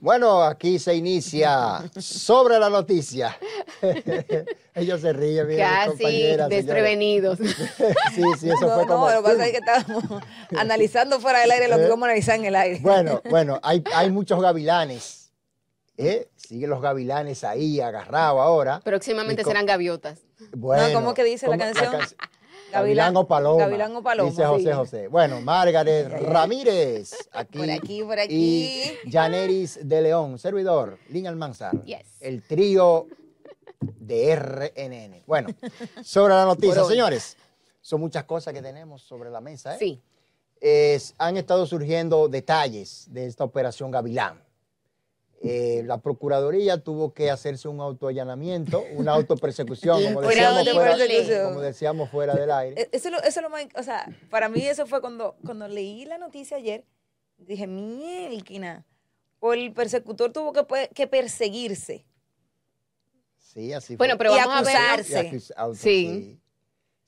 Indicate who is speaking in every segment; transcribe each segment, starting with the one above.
Speaker 1: Bueno, aquí se inicia sobre la noticia. Ellos se ríen, mira, mis
Speaker 2: Casi
Speaker 1: compañeras, señores.
Speaker 2: desprevenidos.
Speaker 1: Sí, sí, eso
Speaker 3: No,
Speaker 1: fue como... Eh,
Speaker 3: no, lo que pasa es que estábamos analizando fuera del aire lo que íbamos a analizar en el aire.
Speaker 1: Bueno, bueno, hay, hay muchos gavilanes. ¿eh? Siguen los gavilanes ahí, agarrados ahora.
Speaker 2: Próximamente
Speaker 1: Y co-
Speaker 2: serán gaviotas.
Speaker 1: Bueno,
Speaker 3: ¿cómo que dice la canción?
Speaker 1: canc- Gavilán o Paloma.
Speaker 3: Gavilán o Paloma,
Speaker 1: Dice José
Speaker 3: sí.
Speaker 1: José. Bueno, Margaret Ramírez. Aquí,
Speaker 3: Por aquí, por aquí.
Speaker 1: Y Janeris de León, servidor, Lin Almanzar.
Speaker 2: Yes.
Speaker 3: ¿Eh?
Speaker 1: El trío de RNN. Bueno, sobre la noticia,
Speaker 2: Por hoy.
Speaker 1: señores. Son muchas cosas que tenemos sobre la mesa, ¿eh?
Speaker 2: Sí.
Speaker 1: es- han estado surgiendo detalles de esta operación Gavilán. Eh, la Procuraduría tuvo que hacerse un autoallanamiento, una autopersecución, como
Speaker 2: Imposible.
Speaker 1: decíamos, fuera,
Speaker 3: Persecución.
Speaker 1: como decíamos fuera del
Speaker 2: Eh,
Speaker 1: aire.
Speaker 3: E- Eso es lo, eso es lo más, inc- o sea, para mí eso fue cuando, cuando leí la noticia ayer, dije, mielquina, o el persecutor tuvo que, pe- que perseguirse.
Speaker 1: Sí, así
Speaker 2: Bueno,
Speaker 1: fue.
Speaker 2: pero
Speaker 3: Y
Speaker 2: vamos a ver.
Speaker 3: acusarse. pero-
Speaker 1: Y acus- auto-
Speaker 2: Sí.
Speaker 1: sí.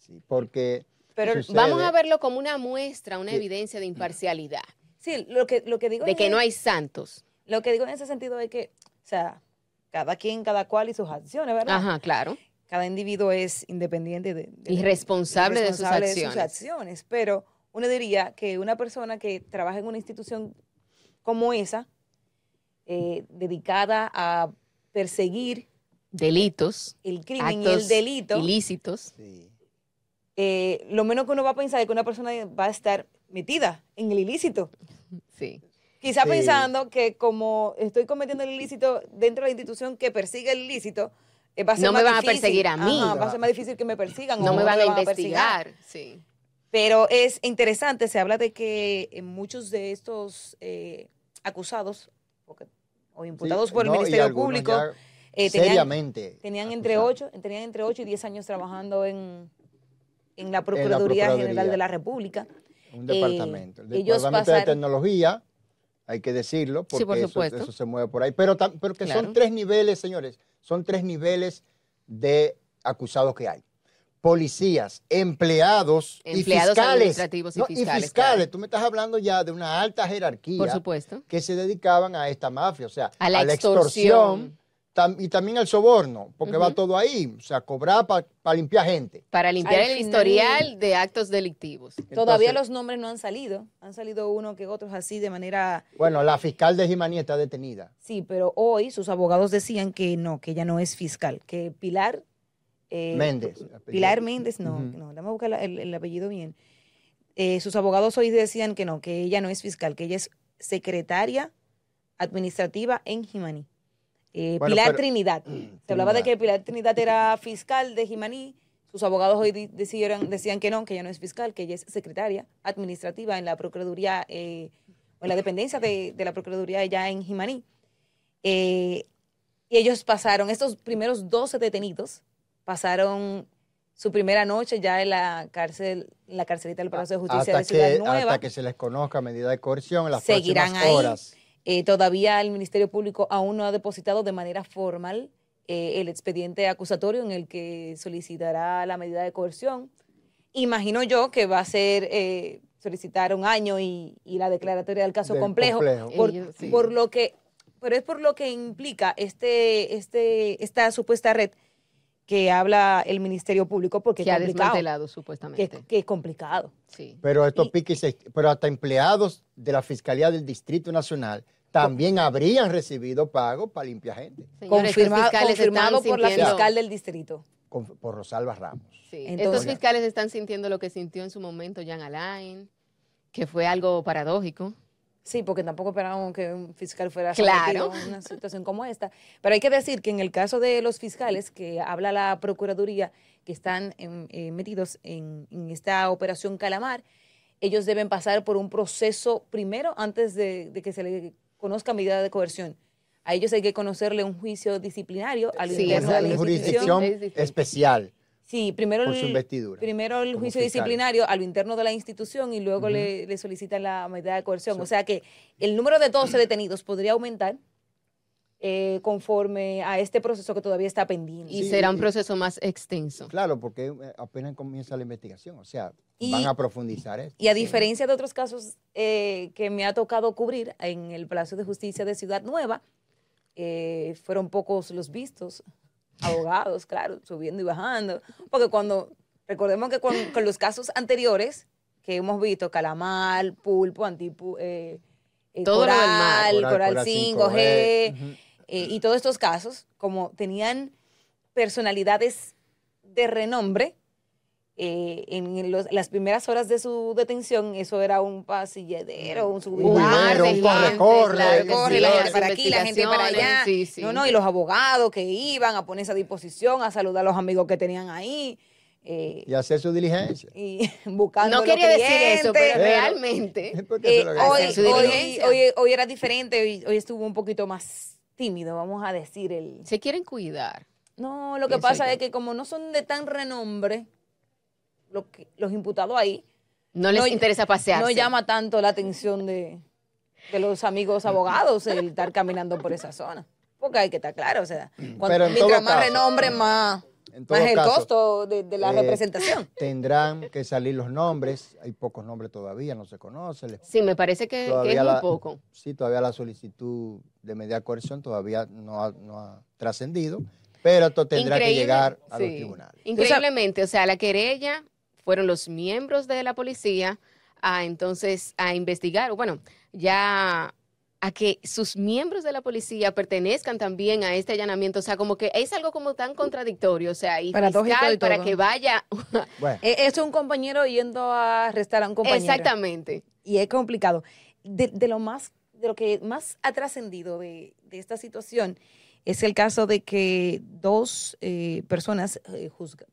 Speaker 1: sí, porque
Speaker 3: Pero
Speaker 1: Sucede.
Speaker 2: Vamos a verlo como una muestra, una
Speaker 1: Sí.
Speaker 2: evidencia de imparcialidad,
Speaker 3: sí, lo que, lo que digo
Speaker 2: de
Speaker 3: en
Speaker 2: que
Speaker 3: el-
Speaker 2: no hay santos.
Speaker 3: lo que digo en ese sentido es que, o sea, cada quien, cada cual y sus acciones, ¿verdad?
Speaker 2: Ajá, claro.
Speaker 3: Cada individuo es independiente de, de-
Speaker 2: Y responsable de sus
Speaker 3: responsable
Speaker 2: acciones.
Speaker 3: acciones, Pero uno diría que una persona que trabaja en una institución como esa, eh, dedicada a perseguir
Speaker 2: Delitos,
Speaker 3: el crimen y
Speaker 2: actos
Speaker 3: el delito,
Speaker 2: ilícitos.
Speaker 1: sí,
Speaker 3: eh, lo menos que uno va a pensar es que una persona va a estar metida en el ilícito.
Speaker 2: Sí.
Speaker 3: Quizá
Speaker 1: Sí.
Speaker 3: pensando que como estoy cometiendo el ilícito dentro de la institución que persigue el ilícito, eh, va a ser
Speaker 2: No me
Speaker 3: más
Speaker 2: van a
Speaker 3: difícil.
Speaker 2: perseguir a mí.
Speaker 3: Ajá, va a ser más difícil que me persigan. o
Speaker 2: No me van a
Speaker 3: persigar.
Speaker 2: investigar. Sí.
Speaker 3: Pero es interesante, se habla de que eh, muchos de estos eh, acusados porque- o imputados
Speaker 1: Sí,
Speaker 3: por el
Speaker 1: no, y
Speaker 3: Ministerio
Speaker 1: algunos
Speaker 3: Público
Speaker 1: ya
Speaker 3: eh, tenían,
Speaker 1: seriamente.
Speaker 3: tenían entre
Speaker 1: acusados.
Speaker 3: 8, tenían entre 8 y 10 años trabajando en, en la Procuraduría, General
Speaker 1: Procuraduría.
Speaker 3: de la República.
Speaker 1: Un
Speaker 3: Eh,
Speaker 1: departamento. el
Speaker 3: ellos
Speaker 1: departamento de
Speaker 3: pasaron-
Speaker 1: tecnología, hay que decirlo, porque
Speaker 2: Sí, por
Speaker 1: eso-
Speaker 2: supuesto.
Speaker 1: Eso, se mueve por ahí. Pero, tam- pero que
Speaker 2: Claro.
Speaker 1: son tres niveles, señores, son tres niveles de acusados que hay. Policías, empleados,
Speaker 2: Empleados
Speaker 1: y fiscales.
Speaker 2: administrativos y
Speaker 1: No,
Speaker 2: fiscales, claro.
Speaker 1: Tú me estás hablando ya de una alta jerarquía
Speaker 2: Por supuesto.
Speaker 1: que se dedicaban a esta mafia, o sea,
Speaker 2: A la extorsión.
Speaker 1: tam- y también al soborno, porque va
Speaker 2: Ujú.
Speaker 1: todo ahí, o sea, cobrar para limpiar gente.
Speaker 2: Para limpiar
Speaker 3: Al
Speaker 2: el
Speaker 3: final-
Speaker 2: historial de actos delictivos.
Speaker 3: Todavía
Speaker 1: Entonces-
Speaker 3: los nombres no han salido, han salido uno que otros así de manera...
Speaker 1: Bueno, la fiscal de Jimaní está detenida.
Speaker 3: Sí, pero hoy sus abogados decían que no, que ella no es fiscal, que Pilar... eh,
Speaker 1: Méndez.
Speaker 3: Pilar Méndez, no,
Speaker 1: Ujú.
Speaker 3: no, déjame buscar la- el, el apellido bien. Eh, sus abogados hoy decían que no, que ella no es fiscal, que ella es secretaria administrativa en Jimaní. Eh,
Speaker 1: Bueno,
Speaker 3: Pilar
Speaker 1: pero-
Speaker 3: Trinidad. Se hablaba de que Pilar Trinidad era fiscal de Jimaní. Sus abogados hoy di- decidieron- decían que no, que ella no es fiscal, que ella es secretaria administrativa en la Procuraduría, eh, o en la dependencia de, de la Procuraduría allá en Jimaní. Eh, y ellos pasaron, estos primeros 12 detenidos, pasaron su primera noche ya en la cárcel, en la carcelita del Palacio de Justicia
Speaker 1: Ah, hasta
Speaker 3: de Ciudad
Speaker 1: que,
Speaker 3: Nueva.
Speaker 1: Hasta que se les conozca medida de coerción en las
Speaker 3: Seguirán
Speaker 1: próximas
Speaker 3: ahí.
Speaker 1: horas.
Speaker 3: Eh, todavía el Ministerio Público aún no ha depositado de manera formal eh, el expediente acusatorio en el que solicitará la medida de coerción. Imagino yo que va a ser eh, solicitar un año y, y la declaratoria del caso
Speaker 1: Del
Speaker 3: complejo,
Speaker 1: complejo.
Speaker 3: Por,
Speaker 2: Ellos, sí.
Speaker 3: por lo que, pero es por lo que implica este, este, esta supuesta red que habla el Ministerio Público, porque
Speaker 2: que ha
Speaker 3: es complicado.
Speaker 2: desmantelado
Speaker 3: Que,
Speaker 2: supuestamente.
Speaker 3: que es complicado.
Speaker 2: Sí.
Speaker 1: Pero estos
Speaker 3: Y-
Speaker 1: piques, pero hasta empleados de la Fiscalía del Distrito Nacional también habrían recibido pago para limpiar gente,
Speaker 2: Señores, estos
Speaker 3: Confirma-
Speaker 2: fiscales se están
Speaker 3: confirmado por la
Speaker 2: sintiendo-
Speaker 3: fiscal del distrito.
Speaker 1: con- por Rosalba Ramos.
Speaker 2: Sí, Estos
Speaker 3: Entonces-
Speaker 2: fiscales están sintiendo lo que sintió en su momento Jean Alain, que fue algo paradójico.
Speaker 3: Sí, porque tampoco esperábamos que un fiscal fuera
Speaker 2: Claro.
Speaker 3: sometido a una situación como esta. Pero hay que decir que en el caso de los fiscales que habla la Procuraduría, que están em, eh, metidos en, en esta operación Calamar, ellos deben pasar por un proceso primero antes de, de que se le conozca medida de coerción. A ellos hay que conocerle un juicio disciplinario al
Speaker 2: Sí,
Speaker 3: interno
Speaker 2: esa
Speaker 3: de
Speaker 1: una
Speaker 3: la
Speaker 2: es
Speaker 3: institución.
Speaker 1: jurisdicción
Speaker 2: Es distinto.
Speaker 1: especial.
Speaker 3: Sí, primero
Speaker 1: por su
Speaker 3: el,
Speaker 1: investidura,
Speaker 3: primero el
Speaker 1: como
Speaker 3: juicio
Speaker 1: fiscal.
Speaker 3: disciplinario a lo interno de la institución y luego le, le solicitan la medida de coerción. O sea que el número de 12 detenidos podría aumentar eh, conforme a este proceso que todavía está pendiente.
Speaker 2: Y
Speaker 1: Sí,
Speaker 2: será un
Speaker 1: y-
Speaker 2: proceso más extenso.
Speaker 1: Claro, porque eh, apenas comienza la investigación, o sea,
Speaker 3: Y-
Speaker 1: van a profundizar esto.
Speaker 3: Y a diferencia de otros casos eh, que me ha tocado cubrir en el Palacio de Justicia de Ciudad Nueva, eh, fueron pocos los vistos, abogados, claro, subiendo y bajando. Porque cuando, recordemos que con, con los casos anteriores que hemos visto, Calamar, Pulpo, Antipu, eh, eh,
Speaker 2: Todo lo del mar.
Speaker 3: Coral, Coral, 5G,
Speaker 1: 5G, ujú.
Speaker 3: eh, y todos estos casos, como tenían personalidades de renombre, eh, en los- las primeras horas de su detención, eso era un pasilladero, un
Speaker 1: Un
Speaker 3: subidero,
Speaker 1: juidero, un
Speaker 2: Gigantes,
Speaker 1: corre, corre,
Speaker 2: claro que
Speaker 3: corre,
Speaker 2: sí,
Speaker 3: la gente
Speaker 2: las
Speaker 3: para aquí, la gente para allá.
Speaker 2: investigaciones, sí, sí.
Speaker 3: No, no, y los abogados que iban a ponerse a disposición, a saludar a los amigos que tenían ahí, eh,
Speaker 1: Y hacer su diligencia.
Speaker 3: y buscando
Speaker 2: No
Speaker 3: los
Speaker 2: quería decir eso, pero
Speaker 3: clientes.
Speaker 1: Pero-
Speaker 2: realmente.
Speaker 1: Porque
Speaker 3: Eh,
Speaker 1: eso es lo Eh, que
Speaker 3: hoy,
Speaker 2: Hacer su
Speaker 1: hacen.
Speaker 3: hoy,
Speaker 2: diligencia.
Speaker 3: hoy- hoy era diferente, hoy, hoy estuvo un poquito más tímido, vamos a decir. el
Speaker 2: Se quieren cuidar.
Speaker 3: No, lo que
Speaker 2: Pienso
Speaker 3: pasa
Speaker 2: yo.
Speaker 3: es que como no son de tan renombre, lo que- los imputados ahí,
Speaker 2: No les
Speaker 3: No-
Speaker 2: interesa pasearse.
Speaker 3: no llama tanto la atención de, de los amigos abogados el estar caminando por esa zona. Porque hay que estar claro, o sea, cuando,
Speaker 1: Pero en
Speaker 3: mientras
Speaker 1: todo
Speaker 3: más
Speaker 1: caso,
Speaker 3: renombre, más,
Speaker 1: en todo
Speaker 3: más el
Speaker 1: caso,
Speaker 3: costo de, de la
Speaker 1: eh,
Speaker 3: representación.
Speaker 1: Tendrán que salir los nombres. Hay pocos nombres todavía, no se conocen. les-
Speaker 2: Sí, me parece que, que es
Speaker 1: Todavía
Speaker 2: un
Speaker 1: la-
Speaker 2: poco.
Speaker 1: Sí, todavía la solicitud de medida de coerción todavía no ha, no ha trascendido, pero esto tendrá que
Speaker 2: Increíble-
Speaker 1: llegar a los
Speaker 2: sí.
Speaker 1: tribunales.
Speaker 2: Increíblemente, o sea, la querella fueron los miembros de la policía a entonces a investigar, o bueno, ya a que sus miembros de la policía pertenezcan también a este allanamiento, o sea, como que es algo como tan contradictorio, o sea, y
Speaker 3: Paradójico
Speaker 2: fiscal
Speaker 3: y
Speaker 2: para
Speaker 3: todo.
Speaker 2: que vaya
Speaker 1: Bueno,
Speaker 3: Eh, Es un compañero yendo a arrestar a un compañero.
Speaker 2: exactamente.
Speaker 3: y es complicado. De, de lo más, de lo que más ha trascendido de, de esta situación es el caso de que dos eh, personas eh, juzga-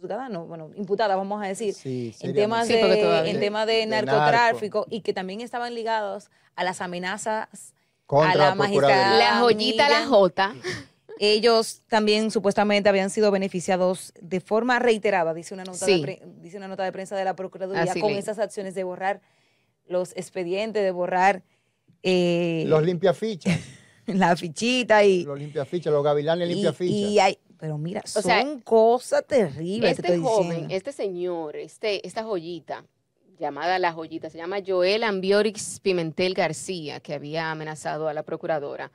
Speaker 3: juzgadas, no, bueno, imputadas, vamos a decir,
Speaker 1: sí,
Speaker 3: en
Speaker 1: seriamente.
Speaker 3: temas
Speaker 2: Sí,
Speaker 3: de,
Speaker 2: porque todavía-
Speaker 3: en tema de,
Speaker 1: de narco.
Speaker 3: narcotráfico y que también estaban ligados a las amenazas.
Speaker 1: Contra
Speaker 3: a la
Speaker 1: Procuraduría.
Speaker 3: magistrada.
Speaker 2: La joyita, la
Speaker 3: Amiga.
Speaker 2: jota.
Speaker 3: Ellos también supuestamente habían sido beneficiados de forma reiterada, dice una nota,
Speaker 2: Sí.
Speaker 3: de, pre- dice una nota de prensa de la Procuraduría,
Speaker 2: Así
Speaker 3: con
Speaker 2: leí.
Speaker 3: esas acciones de borrar los expedientes, de borrar eh,
Speaker 1: Los limpiafichas,
Speaker 3: la fichita y,
Speaker 1: los limpiafichas, los gavilanes
Speaker 3: y-
Speaker 1: limpiafichas.
Speaker 3: y hay- pero mira, son
Speaker 2: sea,
Speaker 3: cosas terribles.
Speaker 2: Este
Speaker 3: te estoy
Speaker 2: joven,
Speaker 3: diciendo.
Speaker 2: este señor, este, esta joyita, llamada la joyita, se llama Joel Ambiorix Pimentel García, que había amenazado a la procuradora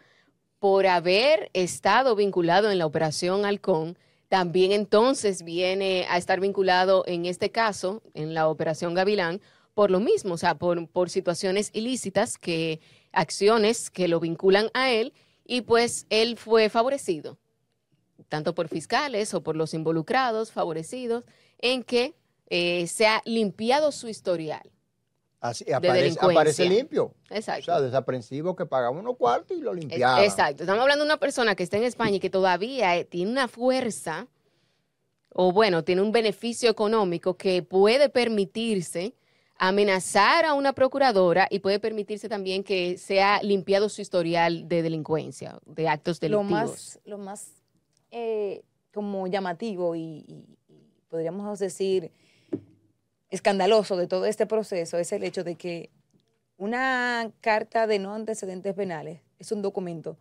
Speaker 2: por haber estado vinculado en la operación Halcón. También entonces viene a estar vinculado en este caso, en la operación Gavilán, por lo mismo, o sea, por, por situaciones ilícitas, que acciones que lo vinculan a él, y pues él fue favorecido tanto por fiscales o por los involucrados, favorecidos, en que eh, se ha limpiado su historial.
Speaker 1: Así aparece,
Speaker 2: delincuencia.
Speaker 1: aparece limpio. O
Speaker 2: Exacto.
Speaker 1: sea, desaprensivo que pagaba unos cuartos y lo
Speaker 2: Es-
Speaker 1: limpiaba.
Speaker 2: Exacto. Estamos hablando de una persona que está en España y que todavía eh, tiene una fuerza o bueno, tiene un beneficio económico que puede permitirse amenazar a una procuradora y puede permitirse también que sea limpiado su historial de delincuencia, de actos
Speaker 3: lo
Speaker 2: delictivos.
Speaker 3: más, lo más eh, como llamativo y, y- y podríamos decir escandaloso de todo este proceso es el hecho de que una carta de no antecedentes penales es un documento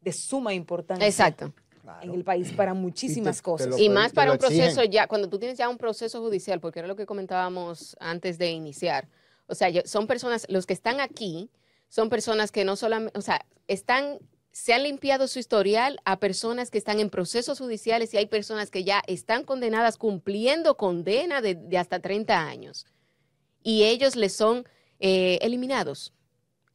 Speaker 3: de suma importancia
Speaker 2: Exacto.
Speaker 1: Claro.
Speaker 3: en el país para muchísimas
Speaker 1: te
Speaker 3: cosas.
Speaker 1: lo-
Speaker 2: Y
Speaker 1: pueden-
Speaker 2: más
Speaker 1: te
Speaker 2: para
Speaker 1: lo
Speaker 2: un proceso
Speaker 1: exigen.
Speaker 2: ya, cuando tú tienes ya un proceso judicial, porque era lo que comentábamos antes de iniciar. O sea, yo- son personas, los que están aquí, son personas que no solamente, o sea, están, se han limpiado su historial a personas que están en procesos judiciales y hay personas que ya están condenadas cumpliendo condena de, de hasta 30 años. Y ellos les son eh, eliminados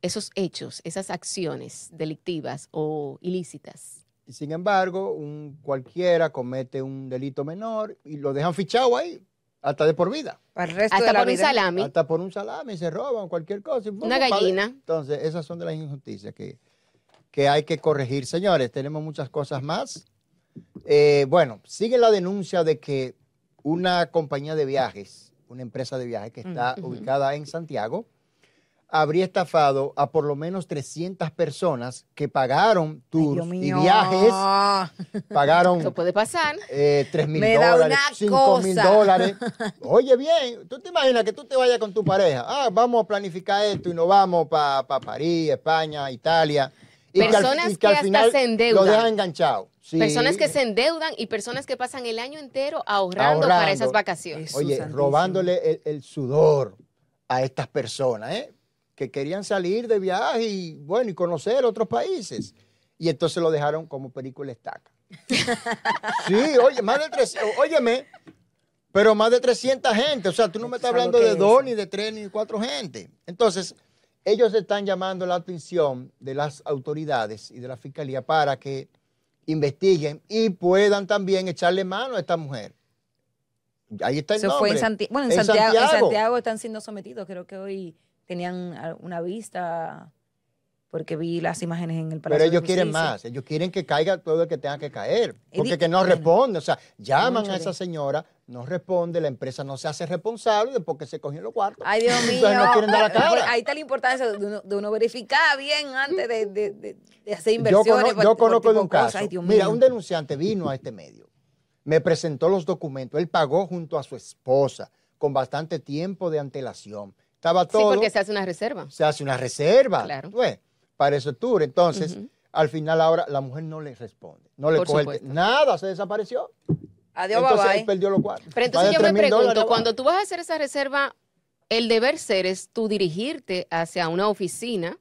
Speaker 2: esos hechos, esas acciones delictivas o ilícitas.
Speaker 1: Y sin embargo, un cualquiera comete un delito menor y lo dejan fichado ahí, hasta de por vida.
Speaker 3: para el resto de
Speaker 2: Hasta
Speaker 3: la
Speaker 2: por un
Speaker 3: vida.
Speaker 2: salami.
Speaker 1: Hasta por un salame se roban cualquier cosa. y ¡pum!
Speaker 2: Una
Speaker 1: pa' de-
Speaker 2: gallina.
Speaker 1: Entonces, esas son de las injusticias que, que hay que corregir. Señores, tenemos muchas cosas más. Eh, bueno, sigue la denuncia de que una compañía de viajes, una empresa de viajes que está
Speaker 2: Ujú.
Speaker 1: ubicada en Santiago, habría estafado a por lo menos 300 personas que pagaron
Speaker 3: Ay,
Speaker 1: tours
Speaker 3: Dios
Speaker 1: y
Speaker 3: mío.
Speaker 1: viajes,
Speaker 2: Ah.
Speaker 1: pagaron
Speaker 2: Eso puede pasar.
Speaker 1: eh, 3 mil
Speaker 3: Me da una
Speaker 1: dólares, 5 mil
Speaker 3: cosa.
Speaker 1: dólares. Oye, bien, tú te imaginas que tú te vayas con tu pareja. Ah, vamos a planificar esto y nos vamos para París, España, Italia. Y que al-
Speaker 2: Personas
Speaker 1: y que al
Speaker 2: que hasta
Speaker 1: final
Speaker 2: se
Speaker 1: Lo
Speaker 2: endeudan.
Speaker 1: dejan enganchado. Sí.
Speaker 2: Personas que se endeudan y personas que pasan el año entero ahorrando,
Speaker 1: Ahorrando.
Speaker 2: para esas vacaciones.
Speaker 1: Oye,
Speaker 3: Jesús santísimo.
Speaker 1: robándole el, el sudor a estas personas, ¿eh? Que querían salir de viaje y, bueno, y conocer otros países. Y entonces lo dejaron como película estaca. sí, oye, más de 300, óyeme, pero más de 300 gente. O sea, tú no me estás
Speaker 3: ¿Sabes
Speaker 1: hablando
Speaker 3: lo que
Speaker 1: de
Speaker 3: es?
Speaker 1: dos, ni de tres, ni de cuatro gente. Entonces, ellos están llamando la atención de las autoridades y de la fiscalía para que investiguen y puedan también echarle mano a esta mujer. Ahí está el
Speaker 3: Eso fue en,
Speaker 1: nombre.
Speaker 3: Santi- bueno, en,
Speaker 1: En
Speaker 3: Santiago, en
Speaker 1: Santiago.
Speaker 3: Santiago están siendo sometidos. Creo que hoy tenían a- una vista porque vi las imágenes en el Palacio
Speaker 1: Pero
Speaker 3: de
Speaker 1: ellos quieren
Speaker 3: Justicia.
Speaker 1: más, ellos quieren que caiga todo el que tenga que caer,
Speaker 3: Y
Speaker 1: porque
Speaker 3: di-
Speaker 1: que no
Speaker 3: bueno,
Speaker 1: responde, o sea, llaman
Speaker 3: mucho
Speaker 1: a
Speaker 3: de-
Speaker 1: esa señora, no responde, la empresa no se hace responsable de por qué se cogió los cuartos.
Speaker 3: Ay, Dios mío.
Speaker 1: Entonces no quieren dar la cara.
Speaker 3: Pues Ahí está la importancia de uno, de uno verificar bien antes de, de- de- de hacer
Speaker 1: Yo,
Speaker 3: inversiones.
Speaker 1: cono-
Speaker 3: por-
Speaker 1: yo
Speaker 3: por
Speaker 1: conozco de
Speaker 3: tipo
Speaker 1: un
Speaker 3: cosas.
Speaker 1: caso,
Speaker 3: Ay, Dios
Speaker 1: mira,
Speaker 3: mío.
Speaker 1: un denunciante vino a este medio, me presentó los documentos, él pagó junto a su esposa, con bastante tiempo de antelación, estaba
Speaker 2: Sí,
Speaker 1: todo...
Speaker 2: porque se hace una reserva.
Speaker 1: se hace una reserva
Speaker 2: Claro.
Speaker 1: tú ves, para ese tour. Entonces,
Speaker 2: Ujú.
Speaker 1: al final ahora la mujer no le responde, no le
Speaker 2: Por
Speaker 1: coge el
Speaker 2: supuesto.
Speaker 1: te- nada, se desapareció.
Speaker 3: Adiós,
Speaker 1: entonces
Speaker 3: bye,
Speaker 1: él
Speaker 3: bye.
Speaker 1: perdió los cuartos.
Speaker 2: Pero entonces
Speaker 1: Vale
Speaker 2: yo me
Speaker 1: 3.000
Speaker 2: pregunto,
Speaker 1: dólares,
Speaker 2: cuando
Speaker 1: ¿no?
Speaker 2: tú vas a hacer esa reserva, el deber ser es tú dirigirte hacia una oficina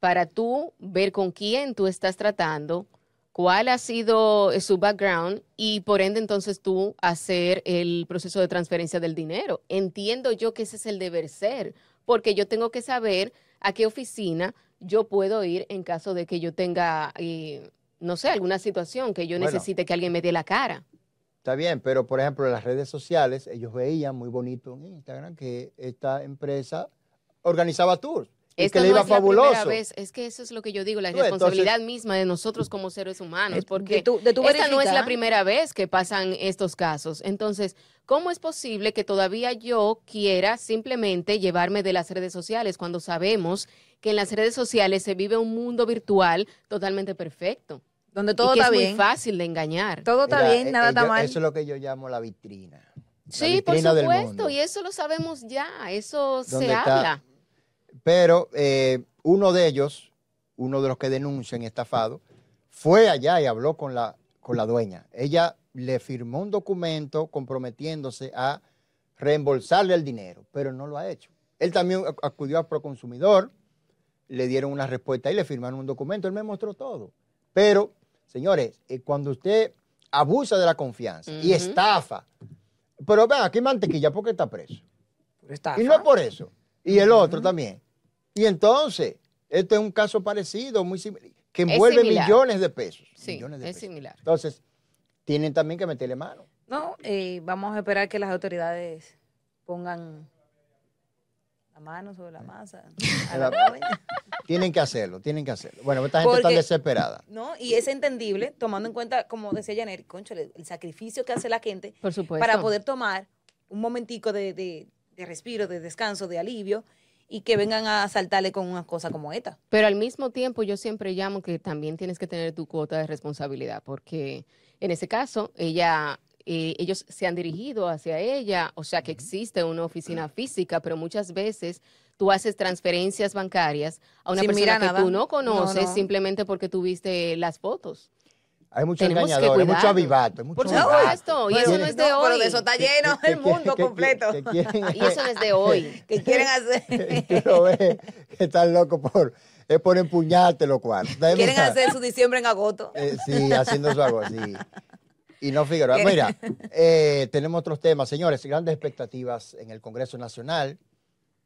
Speaker 2: para tú ver con quién tú estás tratando, cuál ha sido eh, su background y por ende entonces tú hacer el proceso de transferencia del dinero. Entiendo yo que ese es el deber ser, porque yo tengo que saber a qué oficina yo puedo ir en caso de que yo tenga, eh, no sé, alguna situación que yo
Speaker 1: Bueno.
Speaker 2: necesite que alguien me dé la cara.
Speaker 1: Está bien, pero por ejemplo, en las redes sociales, ellos veían muy bonito en Instagram que esta empresa organizaba tours. Y
Speaker 2: Esto
Speaker 1: que le
Speaker 2: no
Speaker 1: iba
Speaker 2: es la primera
Speaker 1: fabuloso.
Speaker 2: vez. Es que eso es lo que yo digo, la
Speaker 1: No, entonces- Eh,
Speaker 2: responsabilidad misma de nosotros como seres humanos,
Speaker 3: de
Speaker 2: porque
Speaker 3: tu- de tu
Speaker 2: esta no es la
Speaker 3: verificar.
Speaker 2: primera vez que pasan estos casos. Entonces, ¿cómo es posible que todavía yo quiera simplemente llevarme de las redes sociales cuando sabemos que en las redes sociales se vive un mundo virtual totalmente perfecto?
Speaker 3: Donde
Speaker 2: y
Speaker 3: todo
Speaker 2: que
Speaker 3: está
Speaker 2: es
Speaker 3: bien.
Speaker 2: muy fácil de engañar.
Speaker 3: Todo está
Speaker 1: Mira,
Speaker 3: bien,
Speaker 1: eh,
Speaker 3: nada está
Speaker 1: ellos-
Speaker 3: mal.
Speaker 1: Eso es lo que yo llamo la vitrina. la
Speaker 2: Sí, por
Speaker 1: vitrina del
Speaker 2: supuesto,
Speaker 1: mundo.
Speaker 2: y eso lo sabemos ya, eso se
Speaker 1: ¿Dónde está?
Speaker 2: habla.
Speaker 1: Pero eh, uno de ellos, uno de los que denuncian estafado, fue allá y habló con la, con la dueña. Ella le firmó un documento comprometiéndose a reembolsarle el dinero, pero no lo ha hecho. Él también ac- acudió a Proconsumidor, le dieron una respuesta y le firmaron un documento. Él me mostró todo. Pero, señores, eh, cuando usted abusa de la confianza y
Speaker 2: Ujú.
Speaker 1: estafa, pero vean, aquí mantequilla, ¿por qué está preso?
Speaker 3: Pero está
Speaker 1: Y no es por eso. Y el otro también. Y entonces, este es un caso parecido, muy similar, que envuelve
Speaker 2: similar.
Speaker 1: millones de pesos.
Speaker 2: Sí,
Speaker 1: millones de
Speaker 2: es
Speaker 1: pesos.
Speaker 2: similar.
Speaker 1: Entonces, tienen también que meterle mano.
Speaker 3: No, eh, vamos a esperar que las autoridades pongan la mano sobre la masa. a la
Speaker 1: La-
Speaker 3: dueña.
Speaker 1: Tienen que hacerlo, tienen que hacerlo. Bueno, esta gente está
Speaker 3: Porque-
Speaker 1: desesperada.
Speaker 3: No, y es entendible, tomando en cuenta, como decía Janet, conchole, el sacrificio que hace la gente
Speaker 2: Por supuesto.
Speaker 3: para poder tomar un momentico de, de- de respiro, de descanso, de alivio, y que vengan a asaltarle con una cosa como esta.
Speaker 2: Pero al mismo tiempo yo siempre llamo que también tienes que tener tu cuota de responsabilidad, porque en ese caso ella, eh, ellos se han dirigido hacia ella, o sea que existe una oficina física, pero muchas veces tú haces transferencias bancarias a una
Speaker 3: Sin
Speaker 2: persona
Speaker 3: mirar
Speaker 2: que
Speaker 3: nada.
Speaker 2: tú no conoces
Speaker 3: No, no.
Speaker 2: simplemente porque tú viste las fotos.
Speaker 1: Hay muchos
Speaker 2: Tenemos que
Speaker 1: engañadores, hay mucho
Speaker 2: cuidarnos.
Speaker 1: avivato. Hay mucho
Speaker 2: Por
Speaker 1: avivato.
Speaker 2: supuesto, y
Speaker 1: Que
Speaker 2: eso
Speaker 1: quieren-
Speaker 2: no es de
Speaker 3: No, pero
Speaker 2: hoy.
Speaker 3: de eso está
Speaker 1: que-
Speaker 3: lleno
Speaker 1: que-
Speaker 3: el
Speaker 1: que-
Speaker 3: mundo
Speaker 1: que-
Speaker 3: completo.
Speaker 1: que- que quieren-
Speaker 2: Y eso no es de hoy.
Speaker 3: ¿Qué quieren hacer?
Speaker 1: Tú lo ves, que están locos por, es por empuñarte lo cual.
Speaker 3: Quieren hacer su diciembre en agosto.
Speaker 1: Eh, sí, haciendo su algo, sí. Y no Figueroa.
Speaker 3: Quiere-
Speaker 1: Mira, eh, tenemos otros temas, señores. Grandes expectativas en el Congreso Nacional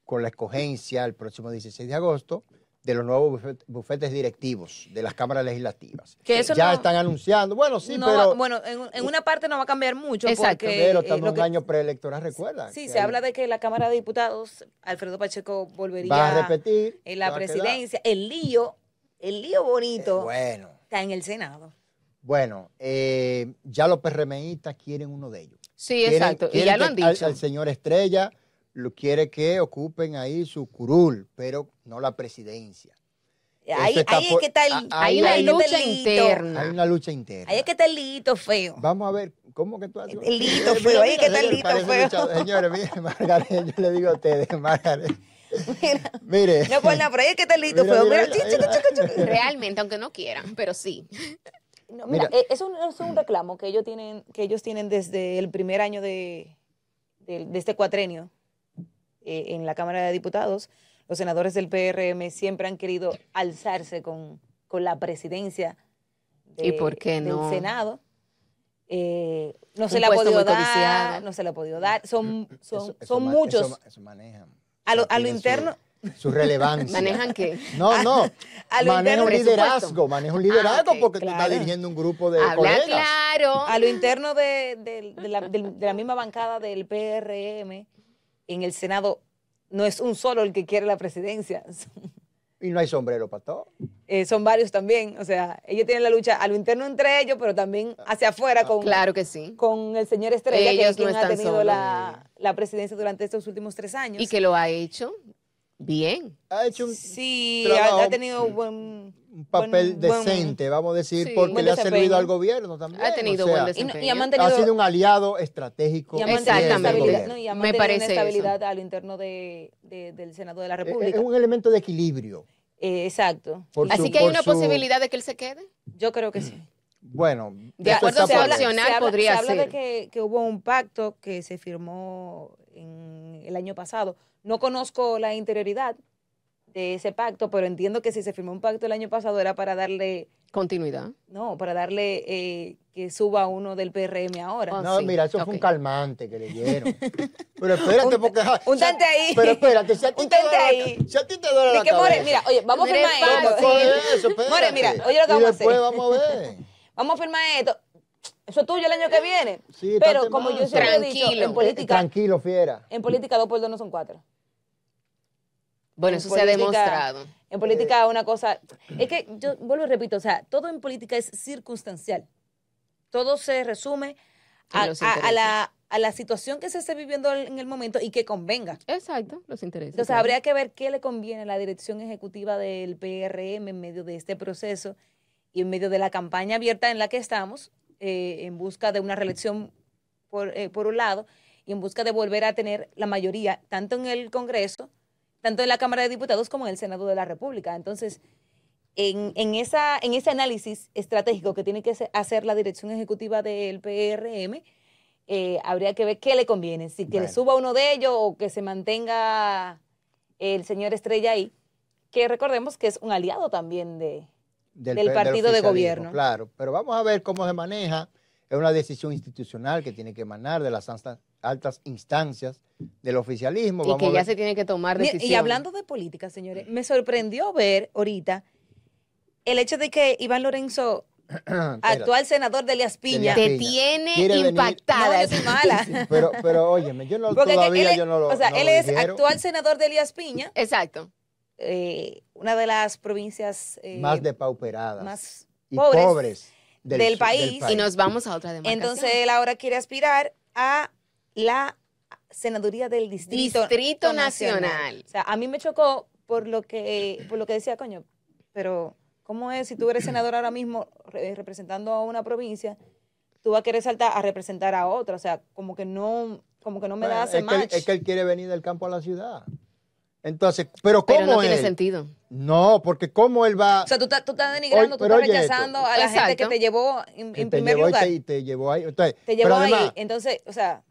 Speaker 1: con la escogencia el próximo 16 de agosto de los nuevos bufet- bufetes directivos de las cámaras legislativas.
Speaker 3: Que eso
Speaker 1: ya
Speaker 3: no-
Speaker 1: están anunciando. Bueno, sí,
Speaker 3: No
Speaker 1: pero, eh,
Speaker 3: va- bueno, en, en una parte no va a cambiar mucho
Speaker 2: Exacto.
Speaker 3: porque
Speaker 1: pero
Speaker 3: eh,
Speaker 1: estamos en
Speaker 3: lo
Speaker 1: un
Speaker 3: que-
Speaker 1: año preelectoral, recuerda.
Speaker 3: sí,
Speaker 1: que
Speaker 3: se
Speaker 1: ahí
Speaker 3: habla de que la Cámara de Diputados, Alfredo Pacheco volvería
Speaker 1: Va a repetir.
Speaker 3: en
Speaker 1: se
Speaker 3: la
Speaker 1: va a quedar.
Speaker 3: presidencia. El lío, el lío
Speaker 1: Eh,
Speaker 3: bonito
Speaker 1: bueno,
Speaker 3: está en el Senado.
Speaker 1: bueno, eh, ya los PRMistas quieren uno de ellos.
Speaker 2: Sí,
Speaker 1: Quieren-
Speaker 2: exacto. Y
Speaker 1: quieren
Speaker 2: ya lo
Speaker 1: que
Speaker 2: han
Speaker 1: al-
Speaker 2: dicho.
Speaker 1: Al, señor Estrella lo quiere que ocupen ahí su curul, pero no la presidencia.
Speaker 3: Ahí,
Speaker 1: Eso está
Speaker 3: ahí es
Speaker 1: por-
Speaker 3: que está el,
Speaker 1: a-
Speaker 2: Hay
Speaker 1: ahí
Speaker 2: una
Speaker 1: hay-
Speaker 2: lucha
Speaker 3: lito.
Speaker 2: interna.
Speaker 1: Hay una lucha interna.
Speaker 3: Ahí es que está el lito feo.
Speaker 1: Vamos a ver, ¿cómo que tú haces?
Speaker 3: El lito feo, ahí es que está el
Speaker 1: Señores,
Speaker 3: lito
Speaker 1: parece
Speaker 3: feo.
Speaker 1: luchador. Señores, miren, Margaret, yo le digo a ustedes, Margaret,
Speaker 3: Mira,
Speaker 1: Mire.
Speaker 3: no por nada, pero ahí es que está listo,
Speaker 1: Mira,
Speaker 3: feo.
Speaker 1: mira,
Speaker 3: Mira,
Speaker 1: mira,
Speaker 3: chi, chica,
Speaker 1: mira.
Speaker 3: chica, chica.
Speaker 2: Realmente, aunque no quieran, pero sí.
Speaker 3: No, mira,
Speaker 1: Mira.
Speaker 3: eh, es, un, es un reclamo que ellos tienen, que ellos tienen desde el primer año de, del- de este cuatrenio eh, en la Cámara de Diputados. Los senadores del PRM siempre han querido alzarse con, con la presidencia
Speaker 2: ¿Y por qué
Speaker 3: del
Speaker 2: no?
Speaker 3: Senado. Eh, no
Speaker 2: Un
Speaker 3: se le ha
Speaker 2: puesto
Speaker 3: podido
Speaker 2: muy
Speaker 3: dar,
Speaker 2: codiciado.
Speaker 3: no se le ha podido dar. Son, son,
Speaker 1: Mm, Eso- eso
Speaker 3: son
Speaker 1: ma-
Speaker 3: muchos.
Speaker 1: Eso, eso manejan.
Speaker 3: a lo, a lo
Speaker 1: Tienen su-
Speaker 3: interno,
Speaker 1: Su relevancia.
Speaker 2: ¿Manejan qué?
Speaker 1: No, no.
Speaker 3: a lo
Speaker 1: maneja
Speaker 3: interno-
Speaker 1: un liderazgo, maneja un liderazgo
Speaker 2: Ah, ok,
Speaker 1: porque tú
Speaker 3: claro.
Speaker 1: estás dirigiendo un grupo de
Speaker 2: Habla
Speaker 1: colegas.
Speaker 2: claro.
Speaker 3: a lo interno de, de- de la, del- de la misma bancada del PRM, en el Senado no es un solo el que quiere la presidencia, son,
Speaker 1: Y no hay sombrero para todo.
Speaker 3: eh, son varios también. O sea, ellos tienen la lucha a lo interno entre ellos, pero también hacia afuera con,
Speaker 2: Claro que sí.
Speaker 3: con el señor Estrella, que
Speaker 2: Ellos
Speaker 3: es quien
Speaker 2: no
Speaker 3: ha
Speaker 2: están
Speaker 3: tenido la, la presidencia durante estos últimos tres años.
Speaker 2: Y que lo ha hecho bien.
Speaker 1: Ha hecho un,
Speaker 3: sí,
Speaker 1: trabajo-
Speaker 3: ha, ha tenido buen...
Speaker 1: un papel
Speaker 3: buen- buen-
Speaker 1: decente, vamos a decir,
Speaker 2: Sí.
Speaker 1: porque
Speaker 3: Buen
Speaker 1: le ha
Speaker 3: desempeño.
Speaker 1: servido al gobierno también.
Speaker 2: Ha tenido buen
Speaker 3: y, no- y
Speaker 2: desempeño.
Speaker 3: ha
Speaker 2: Ha
Speaker 1: Ha sido
Speaker 3: mantenido...
Speaker 1: un aliado estratégico.
Speaker 3: y ha
Speaker 1: del
Speaker 3: mantenido
Speaker 2: Exactamente.
Speaker 3: estabilidad,
Speaker 1: gobierno.
Speaker 3: no, y ha
Speaker 2: Me
Speaker 3: mantenido una
Speaker 2: parece eso.
Speaker 3: estabilidad al interno de- de- del Senado de la
Speaker 1: Es-
Speaker 3: República.
Speaker 1: eh, Es un elemento de equilibrio.
Speaker 3: Eh, exacto.
Speaker 1: Por
Speaker 2: Así
Speaker 1: su-
Speaker 2: que hay
Speaker 1: por
Speaker 2: una
Speaker 1: su-
Speaker 2: posibilidad de que él se quede.
Speaker 3: Yo creo que sí.
Speaker 1: Bueno,
Speaker 2: De
Speaker 1: esto
Speaker 2: acuerdo,
Speaker 1: está
Speaker 2: se
Speaker 1: por
Speaker 2: habla-
Speaker 1: ver.
Speaker 2: opcional podría
Speaker 3: se habla
Speaker 2: ser.
Speaker 3: de que, que hubo un pacto que se firmó en el año pasado. No conozco la interioridad de ese pacto, pero entiendo que si se firmó un pacto el año pasado era para darle,
Speaker 2: Continuidad.
Speaker 3: no, para darle eh, que suba uno del PRM ahora.
Speaker 2: Ah,
Speaker 1: No,
Speaker 2: sí.
Speaker 1: mira, eso fue un
Speaker 2: Ok.
Speaker 1: calmante que le dieron. Pero espérate, porque. ja,
Speaker 3: un
Speaker 1: si a-
Speaker 3: tante ahí.
Speaker 1: Pero espérate, si a ti
Speaker 3: Un
Speaker 1: te
Speaker 3: tante
Speaker 1: duele.
Speaker 3: ahí.
Speaker 1: la- Si a ti te duele
Speaker 3: De
Speaker 1: la
Speaker 3: que More,
Speaker 1: cabeza.
Speaker 3: mira, oye, vamos a
Speaker 2: Mira,
Speaker 3: firmar
Speaker 1: Vamos
Speaker 3: esto.
Speaker 1: con
Speaker 3: sí.
Speaker 1: eso,
Speaker 3: More,
Speaker 1: espérate.
Speaker 3: mira, oye lo que
Speaker 1: y
Speaker 3: vamos a
Speaker 1: después
Speaker 3: hacer.
Speaker 1: vamos a ver.
Speaker 3: Vamos a firmar esto. Eso es tuyo el año que viene.
Speaker 1: Sí,
Speaker 3: pero
Speaker 1: date
Speaker 3: como yo
Speaker 1: más.
Speaker 3: siempre he dicho, en
Speaker 2: Tranquilo.
Speaker 3: política,
Speaker 1: Tranquilo, fiera.
Speaker 3: en política dos por dos no son cuatro.
Speaker 2: Bueno,
Speaker 3: En
Speaker 2: eso se ha
Speaker 3: política-
Speaker 2: demostrado.
Speaker 3: En política
Speaker 2: Eh.
Speaker 3: una cosa, es que yo vuelvo y repito, o sea, todo en política es circunstancial. Todo se resume a,
Speaker 2: En los
Speaker 3: a- a
Speaker 2: intereses.
Speaker 3: la, a la situación que se esté viviendo en el momento y que convenga.
Speaker 2: Exacto, los intereses.
Speaker 3: Entonces
Speaker 2: claro.
Speaker 3: habría que ver qué le conviene a la dirección ejecutiva del PRM en medio de este proceso y en medio de la campaña abierta en la que estamos, eh, en busca de una reelección por, eh, por un lado y en busca de volver a tener la mayoría tanto en el Congreso, tanto en la Cámara de Diputados como en el Senado de la República. Entonces, en, en esa, en ese análisis estratégico que tiene que se- hacer la dirección ejecutiva del PRM, eh, habría que ver qué le conviene, si que
Speaker 1: Bueno.
Speaker 3: le suba uno de ellos o que se mantenga el señor Estrella ahí, que recordemos que es un aliado también de... del
Speaker 1: pe-
Speaker 3: partido de
Speaker 1: oficialismo,
Speaker 3: gobierno.
Speaker 1: Claro, pero vamos a ver cómo se maneja. Es una decisión institucional que tiene que emanar de las altas- altas instancias del oficialismo.
Speaker 2: Y
Speaker 1: Vamos
Speaker 2: que
Speaker 1: a
Speaker 2: ya
Speaker 1: ver.
Speaker 2: se tiene que tomar
Speaker 3: Mira,
Speaker 2: decisiones.
Speaker 3: Y hablando de política, señores, me sorprendió ver ahorita el hecho de que Iván Lorenzo,
Speaker 1: Espérate.
Speaker 3: actual senador de Elías Piña,
Speaker 1: Elías
Speaker 2: Te
Speaker 1: Piña. Quiere
Speaker 2: tiene
Speaker 1: venir-
Speaker 3: no, yo
Speaker 2: impactada.
Speaker 3: estoy mala.
Speaker 1: Pero, pero óyeme, yo no,
Speaker 3: Porque es que
Speaker 1: todavía
Speaker 3: él,
Speaker 1: yo no lo
Speaker 3: o sea,
Speaker 1: no
Speaker 3: él
Speaker 1: lo
Speaker 3: es
Speaker 1: dijeron.
Speaker 3: actual senador de Elías Piña,
Speaker 2: Exacto.
Speaker 3: eh, una de las provincias eh,
Speaker 1: Más depauperadas.
Speaker 3: más
Speaker 1: y
Speaker 3: pobres
Speaker 1: pobres,
Speaker 3: del
Speaker 1: su-
Speaker 3: país.
Speaker 2: Y nos vamos a otra demarcación.
Speaker 3: Entonces él ahora quiere aspirar a la senaduría del distrito,
Speaker 2: Distrito Nacional.
Speaker 3: O sea, a mí me chocó por lo que por lo que decía, coño, pero ¿cómo es si tú eres senador ahora mismo re- eh, representando a una provincia, tú vas a querer saltar a representar a otra, o sea, como que no como que no me
Speaker 1: Bueno,
Speaker 3: da
Speaker 1: es, que
Speaker 3: ese
Speaker 1: él,
Speaker 3: match.
Speaker 1: es que él quiere venir del campo a la ciudad. Entonces, pero ¿cómo
Speaker 2: Pero no
Speaker 1: él?
Speaker 2: tiene sentido.
Speaker 1: No, porque ¿cómo él va?
Speaker 3: o sea, tú, estás- tú estás denigrando, tú
Speaker 1: pero
Speaker 3: estás
Speaker 1: oye esto.
Speaker 3: rechazando a la gente que
Speaker 2: Exacto.
Speaker 3: te llevó en,
Speaker 1: que
Speaker 3: en
Speaker 1: te
Speaker 3: primer
Speaker 1: llevó Y
Speaker 3: lugar.
Speaker 1: te, y te llevó ahí. Entonces,
Speaker 3: Te llevó
Speaker 1: pero
Speaker 3: ahí.
Speaker 1: además-
Speaker 3: Entonces, o sea,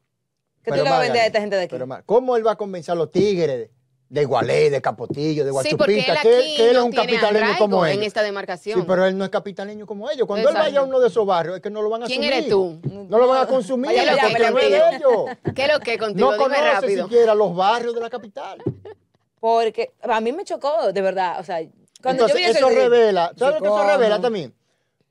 Speaker 3: ¿qué tú
Speaker 1: pero
Speaker 3: le vas a vender a
Speaker 1: Margaret,
Speaker 3: esta gente de aquí?
Speaker 1: pero Mar- ¿Cómo él va a convencer a los tigres de Gualey, de Capotillo, de
Speaker 2: Sí, porque él
Speaker 1: Guachupita?
Speaker 2: aquí
Speaker 1: que, él- que él
Speaker 2: no
Speaker 1: es un
Speaker 2: tiene
Speaker 1: capitaleño
Speaker 2: arraigo
Speaker 1: como él.
Speaker 2: en esta demarcación.
Speaker 1: Sí, pero él no es capitaleño como ellos. Cuando
Speaker 2: Exacto.
Speaker 1: él vaya a uno de esos barrios, es que no lo van a
Speaker 2: ¿Quién
Speaker 1: asumir.
Speaker 2: eres tú?
Speaker 1: No lo van a consumir,
Speaker 2: Vaya, vaya,
Speaker 1: porque no es de
Speaker 2: vaya.
Speaker 1: ellos.
Speaker 2: ¿Qué es lo que contigo?
Speaker 1: No
Speaker 2: Dime
Speaker 1: conoce
Speaker 2: rápido.
Speaker 1: siquiera los barrios de la capital.
Speaker 3: Porque a mí me chocó, de verdad. O sea, cuando
Speaker 1: Entonces,
Speaker 3: yo vi eso,
Speaker 1: eso
Speaker 3: yo dije,
Speaker 1: revela, ¿sabes lo que eso
Speaker 3: "Chico,
Speaker 1: revela
Speaker 3: no".
Speaker 1: también?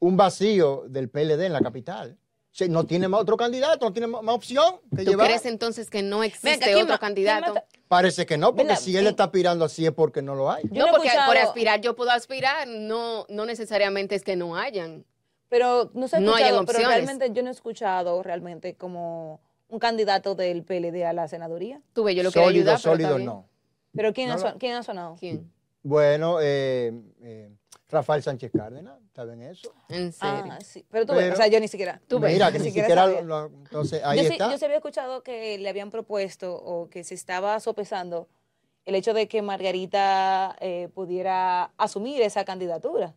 Speaker 1: Un vacío del PLD en la capital. O sea, no tiene más otro candidato, no tiene más, más opción que
Speaker 2: ¿Tú
Speaker 1: llevar.
Speaker 2: crees entonces que no existe
Speaker 3: Venga, ¿quién
Speaker 2: otro
Speaker 3: más-
Speaker 2: candidato?
Speaker 3: quién más está-
Speaker 1: Parece que no, porque
Speaker 3: Mira,
Speaker 1: si él
Speaker 3: eh,
Speaker 1: está aspirando así es porque no lo hay.
Speaker 3: Yo no
Speaker 2: No,
Speaker 3: he
Speaker 2: porque por
Speaker 3: escuchado-
Speaker 2: aspirar yo puedo aspirar, no, no necesariamente es que no hayan.
Speaker 3: Pero no se ha
Speaker 2: No hayan
Speaker 3: escuchado, pero
Speaker 2: opciones.
Speaker 3: realmente yo no he escuchado realmente como un candidato del PLD a la senaduría.
Speaker 2: Tú ves, yo lo quiero
Speaker 1: sólido,
Speaker 2: ayudar, pero
Speaker 1: sólido
Speaker 2: está bien.
Speaker 1: no.
Speaker 3: Pero ¿quién,
Speaker 1: No
Speaker 3: ha,
Speaker 1: lo-
Speaker 3: son- ¿quién ha sonado?
Speaker 2: ¿Quién?
Speaker 1: Bueno, eh, eh, Rafael Sánchez Cárdenas, ¿saben eso?
Speaker 2: En serio.
Speaker 3: Ah, sí. Pero tú ves,
Speaker 1: Pero-
Speaker 3: o sea, yo ni siquiera.
Speaker 2: Tú ves.
Speaker 1: Mira, que
Speaker 3: Ni
Speaker 1: ni
Speaker 3: siquiera
Speaker 1: siquiera,
Speaker 3: sabía.
Speaker 1: lo- lo- entonces ahí
Speaker 3: yo, sí-
Speaker 1: está.
Speaker 3: yo sí había escuchado que le habían propuesto o que se estaba sopesando el hecho de que Margarita eh, pudiera asumir esa candidatura.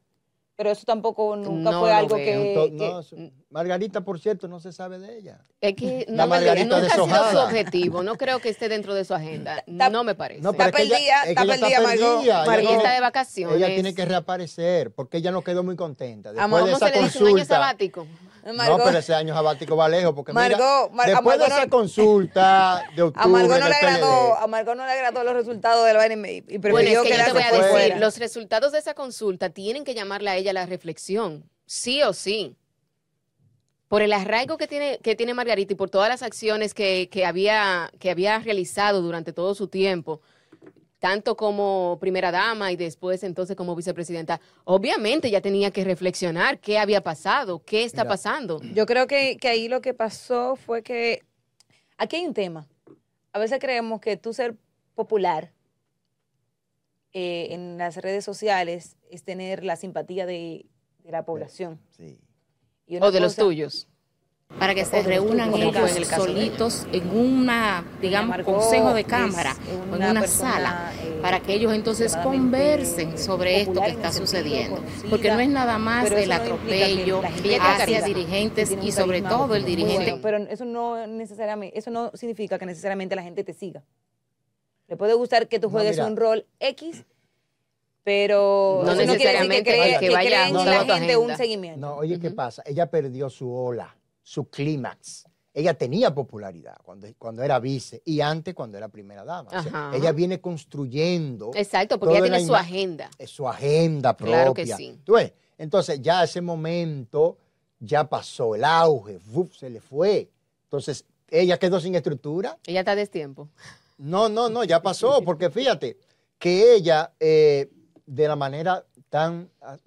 Speaker 3: Pero eso tampoco nunca
Speaker 2: No
Speaker 3: fue
Speaker 2: lo
Speaker 3: algo
Speaker 2: veo.
Speaker 3: que,
Speaker 1: To-
Speaker 3: que-
Speaker 1: no, su- Margarita, por cierto, no se sabe de ella.
Speaker 2: Es que
Speaker 1: La
Speaker 2: no me digas,
Speaker 1: Margarita
Speaker 2: nunca ha sido su
Speaker 1: deshojada.
Speaker 2: objetivo. No creo que esté dentro de su agenda.
Speaker 3: Ta-
Speaker 2: No me parece.
Speaker 1: No,
Speaker 3: pero-
Speaker 1: es que ella-
Speaker 3: perdida,
Speaker 1: es que
Speaker 3: está
Speaker 1: ella
Speaker 3: perdida, Margot.
Speaker 1: ella
Speaker 3: Margot.
Speaker 2: Ella
Speaker 1: no-
Speaker 2: está de vacaciones.
Speaker 1: Ella tiene que reaparecer porque ella no quedó muy contenta.
Speaker 3: A
Speaker 1: Después
Speaker 3: Margot
Speaker 1: de
Speaker 2: ¿Cómo
Speaker 1: esa
Speaker 2: se le dice un año
Speaker 1: consulta.
Speaker 2: sabático?
Speaker 1: No,
Speaker 3: Margot-
Speaker 1: pero ese año sabático va lejos porque mira,
Speaker 3: Margot, Mar- a
Speaker 1: después de
Speaker 3: Margot no-
Speaker 1: esa consulta de octubre
Speaker 3: a Margot no
Speaker 1: del
Speaker 3: le agradó,
Speaker 1: PLD,
Speaker 3: a Margot no le agradó los resultados del vaina y y
Speaker 2: Bueno,
Speaker 3: prefirió
Speaker 2: es que yo te
Speaker 3: quedarse
Speaker 2: voy a
Speaker 1: fue.
Speaker 2: decir,
Speaker 3: fuera.
Speaker 2: los resultados de esa consulta tienen que llamarla a ella a la reflexión, sí o sí. Por el arraigo que tiene, que tiene Margarita y por todas las acciones que, que había, que había realizado durante todo su tiempo, tanto como primera dama y después entonces como vicepresidenta, obviamente ya tenía que reflexionar qué había pasado, qué está
Speaker 1: Mira.
Speaker 2: pasando.
Speaker 3: Yo creo que, que ahí lo que pasó fue que aquí hay un tema. A veces creemos que tú ser popular eh, en las redes sociales es tener la simpatía de, de la población.
Speaker 1: sí.
Speaker 3: Y una
Speaker 2: O de los
Speaker 3: cosa-
Speaker 2: tuyos.
Speaker 4: para que se reúnan
Speaker 2: como fue
Speaker 4: ellos
Speaker 2: en el caso de él.
Speaker 4: solitos en una, digamos,
Speaker 3: Margot
Speaker 4: consejo de
Speaker 3: es
Speaker 4: cámara o en una
Speaker 3: persona,
Speaker 4: sala,
Speaker 3: eh,
Speaker 4: para que ellos entonces
Speaker 3: extremadamente
Speaker 4: conversen sobre esto
Speaker 3: popular
Speaker 4: que
Speaker 3: en
Speaker 4: está
Speaker 3: el sentido,
Speaker 4: sucediendo.
Speaker 3: conocida,
Speaker 4: Porque no es nada más
Speaker 3: pero
Speaker 4: el
Speaker 3: eso no implica que
Speaker 4: atropello
Speaker 3: la gente sea
Speaker 4: hacia
Speaker 3: carismática,
Speaker 4: dirigentes
Speaker 3: tiene un
Speaker 4: y sobre
Speaker 3: carisma
Speaker 4: todo el
Speaker 3: muy
Speaker 4: dirigente
Speaker 3: bueno, pero eso no necesariamente, eso no significa que necesariamente la gente te siga. Le puede gustar que tú
Speaker 1: No,
Speaker 3: juegues
Speaker 1: mira.
Speaker 3: un rol X, pero
Speaker 1: No
Speaker 3: eso no quiere decir que,
Speaker 2: necesariamente
Speaker 3: crea-
Speaker 1: que
Speaker 3: que
Speaker 2: vaya
Speaker 3: creen
Speaker 1: junto
Speaker 3: en la
Speaker 1: a
Speaker 2: tu
Speaker 3: gente un
Speaker 2: agenda.
Speaker 3: seguimiento.
Speaker 1: No, oye, ¿qué
Speaker 2: Ujú.
Speaker 1: pasa? Ella perdió su ola, su clímax. Ella tenía popularidad cuando, cuando era vice y antes cuando era primera dama. O sea,
Speaker 2: Ajá.
Speaker 1: ella viene construyendo
Speaker 2: Exacto, porque
Speaker 1: Todo
Speaker 2: ella
Speaker 1: era
Speaker 2: tiene su
Speaker 1: ima-
Speaker 2: agenda.
Speaker 1: eh, su agenda propia.
Speaker 2: Claro que sí.
Speaker 1: ¿Tú ves? Entonces, ya ese momento ya pasó el auge, ¡fuf! se le fue. Entonces, ella quedó sin estructura.
Speaker 2: Ella está a destiempo.
Speaker 1: No, no, no, ya pasó, porque fíjate que ella, eh, de la manera tan ah,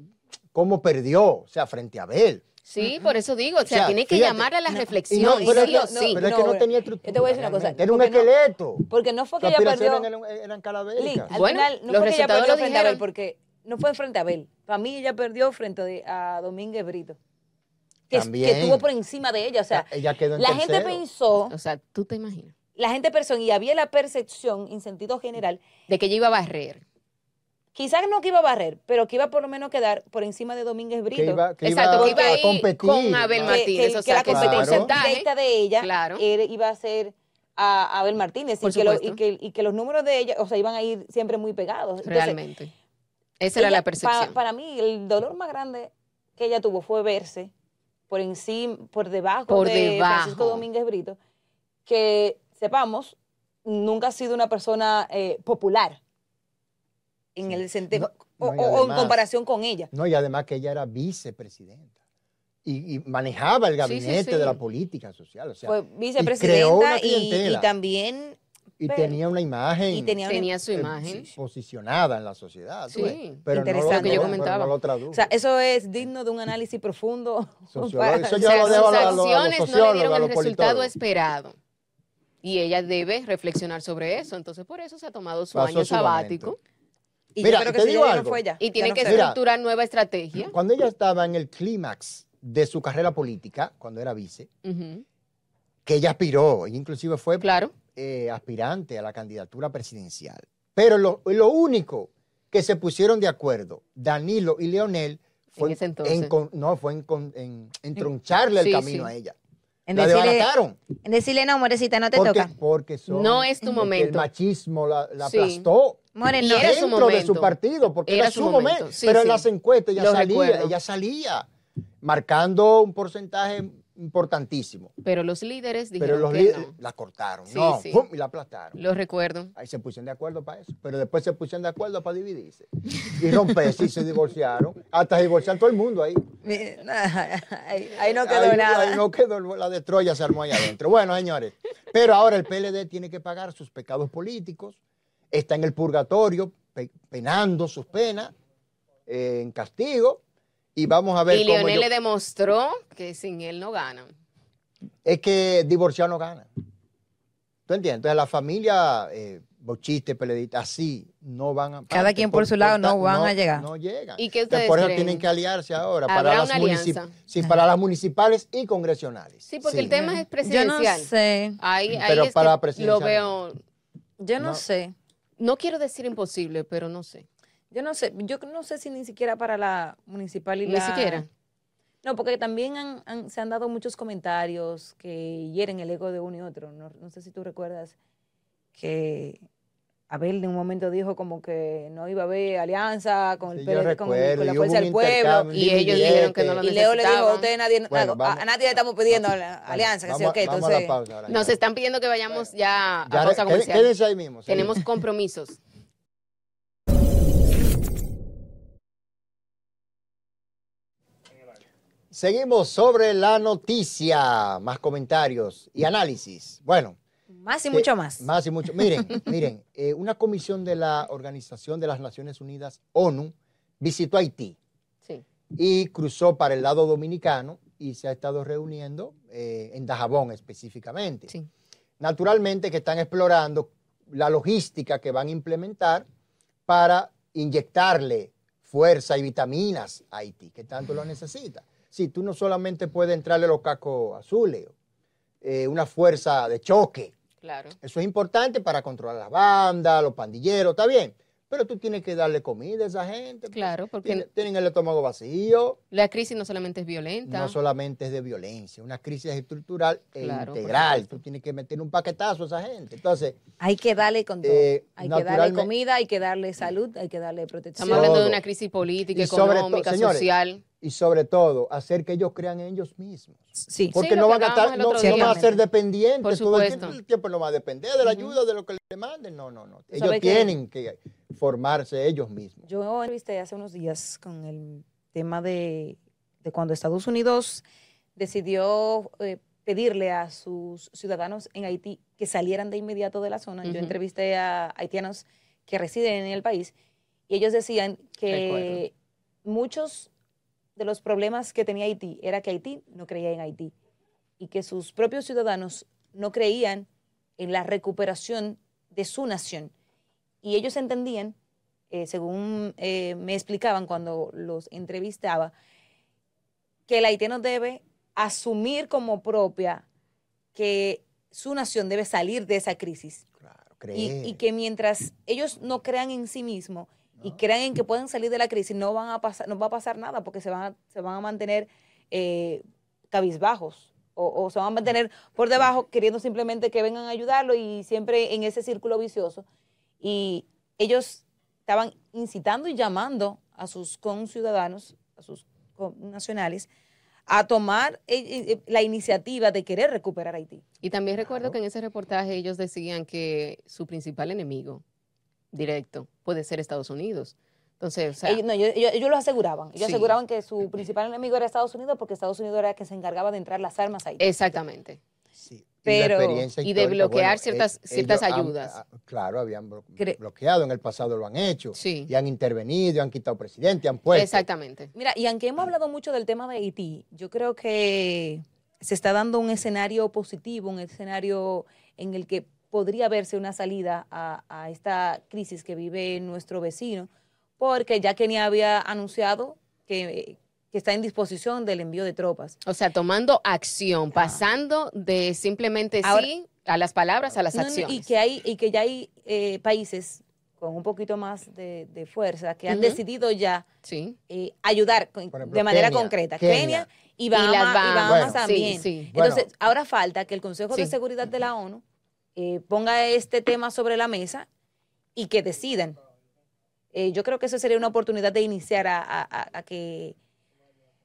Speaker 1: como perdió, o sea, frente a Abel.
Speaker 2: Sí, por eso digo, o sea,
Speaker 1: O sea,
Speaker 2: tiene que
Speaker 1: fíjate.
Speaker 2: llamar a la
Speaker 3: No,
Speaker 2: reflexión,
Speaker 3: no,
Speaker 2: sí
Speaker 1: pero,
Speaker 2: o
Speaker 1: no,
Speaker 2: sí.
Speaker 1: pero es que no
Speaker 3: No,
Speaker 1: tenía
Speaker 3: yo
Speaker 1: estructura.
Speaker 3: te voy a decir una cosa,
Speaker 1: realmente. Era un
Speaker 3: porque no-
Speaker 1: esqueleto.
Speaker 3: Porque no
Speaker 1: Sus
Speaker 3: fue que ella perdió.
Speaker 1: aspiraciones eran, eran
Speaker 3: Lin,
Speaker 1: calabéricas.
Speaker 3: al
Speaker 2: Bueno,
Speaker 3: final no
Speaker 2: los
Speaker 3: fue que ella
Speaker 2: resultados
Speaker 3: perdió
Speaker 2: lo
Speaker 3: frente a Abel,
Speaker 2: dijeron.
Speaker 3: porque no fue frente a Abel. Para mí ella perdió frente de- a Domínguez Brito. Que, es- que
Speaker 1: También.
Speaker 3: estuvo por encima de ella. O sea,
Speaker 1: ella quedó en
Speaker 3: la gente
Speaker 1: tercero.
Speaker 3: pensó,
Speaker 2: O sea, tú te imaginas.
Speaker 3: la gente pensó, y había la percepción en sentido general,
Speaker 2: De que ella iba a barrer.
Speaker 3: quizás no que iba a barrer, pero que iba por lo menos a quedar por encima de Domínguez Brito.
Speaker 1: que iba, que
Speaker 2: Exacto, que
Speaker 1: iba
Speaker 2: iba
Speaker 1: a,
Speaker 2: ahí
Speaker 1: competir.
Speaker 2: con Abel
Speaker 1: ¿no?
Speaker 3: que,
Speaker 2: Martínez,
Speaker 3: que-
Speaker 2: o
Speaker 3: que
Speaker 2: sea,
Speaker 3: la
Speaker 2: que
Speaker 1: su
Speaker 3: competencia
Speaker 1: porcentaje,
Speaker 3: directa de ella
Speaker 2: claro.
Speaker 3: era- iba a ser a a Abel Martínez
Speaker 2: Por
Speaker 3: y que, lo- y,
Speaker 2: supuesto.
Speaker 3: que, y que los números de ella, o sea, iban a ir siempre muy pegados. Entonces,
Speaker 2: Realmente. Esa era
Speaker 3: ella-
Speaker 2: la percepción.
Speaker 3: pa- para mí, el dolor más grande que ella tuvo fue verse por encima, por debajo
Speaker 2: Por
Speaker 3: de
Speaker 2: debajo.
Speaker 3: Francisco Domínguez Brito, que sepamos, nunca ha sido una persona eh, popular en el sentido,
Speaker 1: No, no,
Speaker 3: o,
Speaker 1: y
Speaker 3: o- o en
Speaker 1: además-
Speaker 3: comparación con ella.
Speaker 1: No, y además que ella era vicepresidenta y, y manejaba el
Speaker 2: sí,
Speaker 1: gabinete
Speaker 2: sí.
Speaker 1: de la política social. O sea,
Speaker 3: Fue
Speaker 1: creó
Speaker 3: vicepresidenta
Speaker 1: una
Speaker 3: y, y
Speaker 1: clientela.
Speaker 3: también
Speaker 1: y
Speaker 3: pero-
Speaker 1: tenía una imagen
Speaker 3: y tenía, una-
Speaker 2: Tenía su
Speaker 1: eh,
Speaker 2: imagen.
Speaker 1: sí, posicionada en la sociedad. tú
Speaker 2: Sí,
Speaker 1: ves. pero
Speaker 3: interesante.
Speaker 1: No lo,
Speaker 3: Lo que yo
Speaker 1: no- pero
Speaker 2: comentaba.
Speaker 1: no lo tradujo.
Speaker 3: O sea, eso es digno de un análisis profundo.
Speaker 1: Sociólogo, eso yo
Speaker 2: O sea,
Speaker 1: lo dejo a lo- a lo- a
Speaker 2: sus
Speaker 1: los
Speaker 2: acciones no le
Speaker 1: sociólogos,
Speaker 2: dieron
Speaker 1: a
Speaker 2: el
Speaker 1: los
Speaker 2: resultado
Speaker 1: politólogos.
Speaker 2: esperado. Y ella debe reflexionar sobre eso. Entonces, por eso se ha tomado su
Speaker 1: Pasó
Speaker 2: año
Speaker 1: su
Speaker 2: sabático.
Speaker 1: momento.
Speaker 3: Y
Speaker 1: Mira,
Speaker 3: yo creo que
Speaker 1: te
Speaker 3: si
Speaker 1: digo
Speaker 3: ella no
Speaker 1: algo.
Speaker 3: fue ella,
Speaker 2: Y
Speaker 3: ya
Speaker 2: tiene
Speaker 3: no
Speaker 2: que
Speaker 3: fue ella.
Speaker 2: estructurar nueva estrategia.
Speaker 1: Cuando ella estaba en el clímax de su carrera política, cuando era vice,
Speaker 2: Ujú,
Speaker 1: que ella aspiró, e inclusive fue
Speaker 2: Claro.
Speaker 1: eh, aspirante a la candidatura presidencial. Pero lo, lo único que se pusieron de acuerdo, Danilo y Leonel, fue
Speaker 2: En ese entonces.
Speaker 1: con- no, fue en, con- en- en troncharle
Speaker 2: Sí,
Speaker 1: el camino
Speaker 2: sí.
Speaker 1: a ella.
Speaker 3: En
Speaker 1: la
Speaker 3: decirle-
Speaker 1: desbarataron.
Speaker 3: En decirle, no, morecita, no te
Speaker 1: porque,
Speaker 3: toca.
Speaker 1: porque son-
Speaker 2: No es tu
Speaker 1: porque El
Speaker 2: momento.
Speaker 1: machismo la, la
Speaker 2: Sí.
Speaker 1: aplastó.
Speaker 3: More,
Speaker 2: Y
Speaker 3: no.
Speaker 2: era su
Speaker 1: dentro de
Speaker 2: momento.
Speaker 1: su partido, porque
Speaker 2: Era
Speaker 1: era,
Speaker 2: su
Speaker 1: su
Speaker 2: momento.
Speaker 1: momento.
Speaker 2: Sí,
Speaker 1: Pero
Speaker 2: sí.
Speaker 1: en las encuestas ella
Speaker 2: Lo
Speaker 1: salía,
Speaker 2: recuerdo.
Speaker 1: ella salía, marcando un porcentaje importantísimo.
Speaker 2: Pero los líderes
Speaker 1: pero
Speaker 2: dijeron
Speaker 1: los
Speaker 2: que
Speaker 1: líderes
Speaker 2: no.
Speaker 1: la cortaron,
Speaker 2: Sí,
Speaker 1: no,
Speaker 2: sí.
Speaker 1: ¡pum! y la aplastaron.
Speaker 2: Lo recuerdo.
Speaker 1: Ahí se pusieron de acuerdo para eso. Pero después se pusieron de acuerdo para dividirse. Y romperse y se divorciaron. Hasta se divorciaron todo el mundo ahí.
Speaker 3: ahí, ahí no quedó
Speaker 1: Ahí-
Speaker 3: nada.
Speaker 1: ahí no quedó la de Troya, se armó ahí adentro. Bueno, señores. Pero ahora el PLD tiene que pagar sus pecados políticos. Está en el purgatorio, pe- penando sus penas, eh, en castigo. Y vamos a ver
Speaker 2: Y
Speaker 1: cómo.
Speaker 2: Leonel
Speaker 1: yo-
Speaker 2: le demostró que sin él no ganan.
Speaker 1: Es que divorciado no gana. ¿Tú entiendes? Entonces la familia. eh, Bochiste, PLDista, así no van a.
Speaker 3: Cada quien por su lado, no van a llegar.
Speaker 1: No llegan.
Speaker 2: ¿Y qué
Speaker 1: Entonces,
Speaker 2: ustedes
Speaker 1: por eso
Speaker 2: creen?
Speaker 1: tienen que aliarse ahora
Speaker 2: ¿Habrá
Speaker 1: para las,
Speaker 2: una
Speaker 1: municip-
Speaker 2: alianza?
Speaker 1: sí, para las municipales y congresionales.
Speaker 2: Sí, porque el tema es presidencial.
Speaker 5: Yo no sé,
Speaker 2: Ahí, ahí
Speaker 1: Pero
Speaker 2: es que
Speaker 1: para
Speaker 2: lo
Speaker 1: presidencial.
Speaker 2: veo
Speaker 5: yo no,
Speaker 1: No.
Speaker 5: sé.
Speaker 2: No quiero decir imposible, pero no sé.
Speaker 3: Yo no sé, yo no sé si ni siquiera para la municipal y
Speaker 2: Ni
Speaker 3: la-
Speaker 2: siquiera.
Speaker 3: No, porque también han- han- se han dado muchos comentarios que hieren el ego de uno y otro. No, no sé si tú recuerdas que Abel en un momento dijo como que no iba a haber alianza con el
Speaker 1: Sí, yo
Speaker 3: PLD, con, el-
Speaker 1: recuerdo,
Speaker 3: con la
Speaker 1: y hubo
Speaker 3: Fuerza
Speaker 1: un
Speaker 3: del Pueblo.
Speaker 1: intercambio,
Speaker 2: y
Speaker 1: un
Speaker 2: ellos dijeron que no lo
Speaker 1: billete.
Speaker 3: Y Leo le dijo, a
Speaker 2: necesitaban.
Speaker 3: ustedes nadie,
Speaker 1: Bueno,
Speaker 3: a-
Speaker 1: vamos-
Speaker 3: a nadie le estamos pidiendo la
Speaker 1: Vale,
Speaker 3: alianza, que sé yo
Speaker 1: vamos-
Speaker 3: qué.
Speaker 1: vamos
Speaker 3: Entonces,
Speaker 1: a la pausa ahora,
Speaker 2: Nos
Speaker 1: ya.
Speaker 2: están pidiendo que vayamos ya a
Speaker 1: Ya,
Speaker 2: pausa
Speaker 1: qué-
Speaker 2: comercial.
Speaker 1: quédense ahí mismo. seguimos.
Speaker 2: Tenemos compromisos.
Speaker 1: Seguimos sobre la noticia, más comentarios y análisis. Bueno,
Speaker 3: más y
Speaker 1: que-
Speaker 3: mucho más.
Speaker 1: Más y mucho. Miren, miren, eh, una comisión de la Organización de las Naciones Unidas, ONU, visitó Haití
Speaker 2: Sí.
Speaker 1: y cruzó para el lado dominicano y se ha estado reuniendo eh, en Dajabón específicamente.
Speaker 2: Sí.
Speaker 1: Naturalmente que están explorando la logística que van a implementar para inyectarle fuerza y vitaminas a Haití, que tanto lo necesita. Si tú no solamente puedes entrarle los cacos azules, eh, una fuerza de choque,
Speaker 2: Claro.
Speaker 1: eso es importante para controlar las bandas, los pandilleros, está bien. Pero tú tienes que darle comida a esa gente. pues.
Speaker 2: Claro,
Speaker 1: Tiene-
Speaker 2: porque
Speaker 1: Tienen el estómago vacío.
Speaker 2: la crisis no solamente es violenta.
Speaker 1: No solamente es de violencia, una crisis estructural e
Speaker 2: Claro, por
Speaker 1: integral.
Speaker 2: supuesto.
Speaker 1: Tú tienes que meter un paquetazo a esa gente. Entonces,
Speaker 3: Hay que darle con todo.
Speaker 1: Eh,
Speaker 3: hay que darle
Speaker 1: naturalmente-
Speaker 3: comida, hay que darle salud, hay que darle protección.
Speaker 2: Estamos hablando de
Speaker 1: todo.
Speaker 2: una crisis política,
Speaker 1: Y sobre todo,
Speaker 2: económica,
Speaker 1: señores,
Speaker 2: social.
Speaker 1: y sobre todo, hacer que ellos crean en ellos mismos.
Speaker 3: Sí.
Speaker 1: Porque
Speaker 2: Sí, lo
Speaker 1: no
Speaker 2: que
Speaker 1: van a estar,
Speaker 2: hablábamos el
Speaker 1: no,
Speaker 2: otro
Speaker 1: no
Speaker 3: día.
Speaker 1: van a ser dependientes.
Speaker 2: Por
Speaker 1: todo el tiempo.
Speaker 2: supuesto.
Speaker 1: el tiempo no va a depender de la
Speaker 2: Ujú.
Speaker 1: ayuda, de lo que le manden. No, no, no. Ellos
Speaker 3: sabes que-
Speaker 1: tienen que formarse ellos mismos.
Speaker 3: Yo entrevisté hace unos días con el tema de, de cuando Estados Unidos decidió eh, pedirle a sus ciudadanos en Haití que salieran de inmediato de la zona. Yo
Speaker 2: Ujú.
Speaker 3: entrevisté a haitianos que residen en el país y ellos decían que muchos de los problemas que tenía Haití era que Haití no creía en Haití y que sus propios ciudadanos no creían en la recuperación de su nación. Y ellos entendían, eh, según eh, me explicaban cuando los entrevistaba, que el haitiano debe asumir como propia que su nación debe salir de esa crisis
Speaker 1: Claro,
Speaker 3: y,
Speaker 1: creer.
Speaker 3: y que mientras ellos no crean en sí mismos y crean en que pueden salir de la crisis, no, van a pasar, no va a pasar nada porque se van a, se van a mantener eh, cabizbajos o, o se van a mantener por debajo queriendo simplemente que vengan a ayudarlo y siempre en ese círculo vicioso. Y ellos estaban incitando y llamando a sus conciudadanos, a sus nacionales, a tomar eh, eh, la iniciativa de querer recuperar Haití.
Speaker 2: Y también recuerdo
Speaker 1: Claro.
Speaker 2: que en ese reportaje ellos decían que su principal enemigo directo puede ser Estados Unidos. Entonces, o sea,
Speaker 3: ellos, no, ellos, ellos- ellos lo aseguraban. Ellos
Speaker 2: Sí.
Speaker 3: aseguraban que su principal enemigo era Estados Unidos porque Estados Unidos era el que se encargaba de entrar las armas
Speaker 2: Eh,
Speaker 3: ahí.
Speaker 2: exactamente.
Speaker 1: Sí,
Speaker 3: Pero-
Speaker 1: experiencia
Speaker 2: y de
Speaker 1: histórica,
Speaker 2: bloquear
Speaker 1: bueno,
Speaker 2: ciertas-
Speaker 1: eh,
Speaker 2: ciertas
Speaker 1: ellos han-
Speaker 2: ayudas.
Speaker 1: ah, claro, habían blo-
Speaker 3: Cre-
Speaker 1: bloqueado, en el pasado lo han hecho.
Speaker 2: Sí.
Speaker 1: Y han intervenido, han quitado presidente, han puesto.
Speaker 2: Exactamente.
Speaker 3: Mira, y aunque hemos hablado mucho del tema de Haití, yo creo que se está dando un escenario positivo, un escenario en el que podría verse una salida a, a esta crisis que vive nuestro vecino, porque ya Kenia había anunciado que, eh, que está en disposición del envío de tropas.
Speaker 2: O sea, tomando acción, pasando de simplemente
Speaker 3: Ahora-
Speaker 2: sí a las palabras a las
Speaker 3: No, no,
Speaker 2: acciones.
Speaker 3: y que hay y que ya hay eh, países con un poquito más de, de fuerza que han
Speaker 2: Ujú.
Speaker 3: decidido ya
Speaker 2: Sí.
Speaker 3: eh, ayudar con-
Speaker 1: Por ejemplo,
Speaker 3: de manera
Speaker 1: Kenia,
Speaker 3: concreta.
Speaker 1: Kenia.
Speaker 3: Kenia, y Bahamas, y
Speaker 2: las Bahamas.
Speaker 3: Bahamas
Speaker 1: Bueno.
Speaker 3: también.
Speaker 2: Sí, sí.
Speaker 3: Entonces,
Speaker 1: Bueno.
Speaker 3: ahora falta que el Consejo de
Speaker 2: Sí.
Speaker 3: Seguridad de la ONU eh, ponga este tema sobre la mesa y que decidan. Eh, yo creo que eso sería una oportunidad de iniciar a, a- a- a que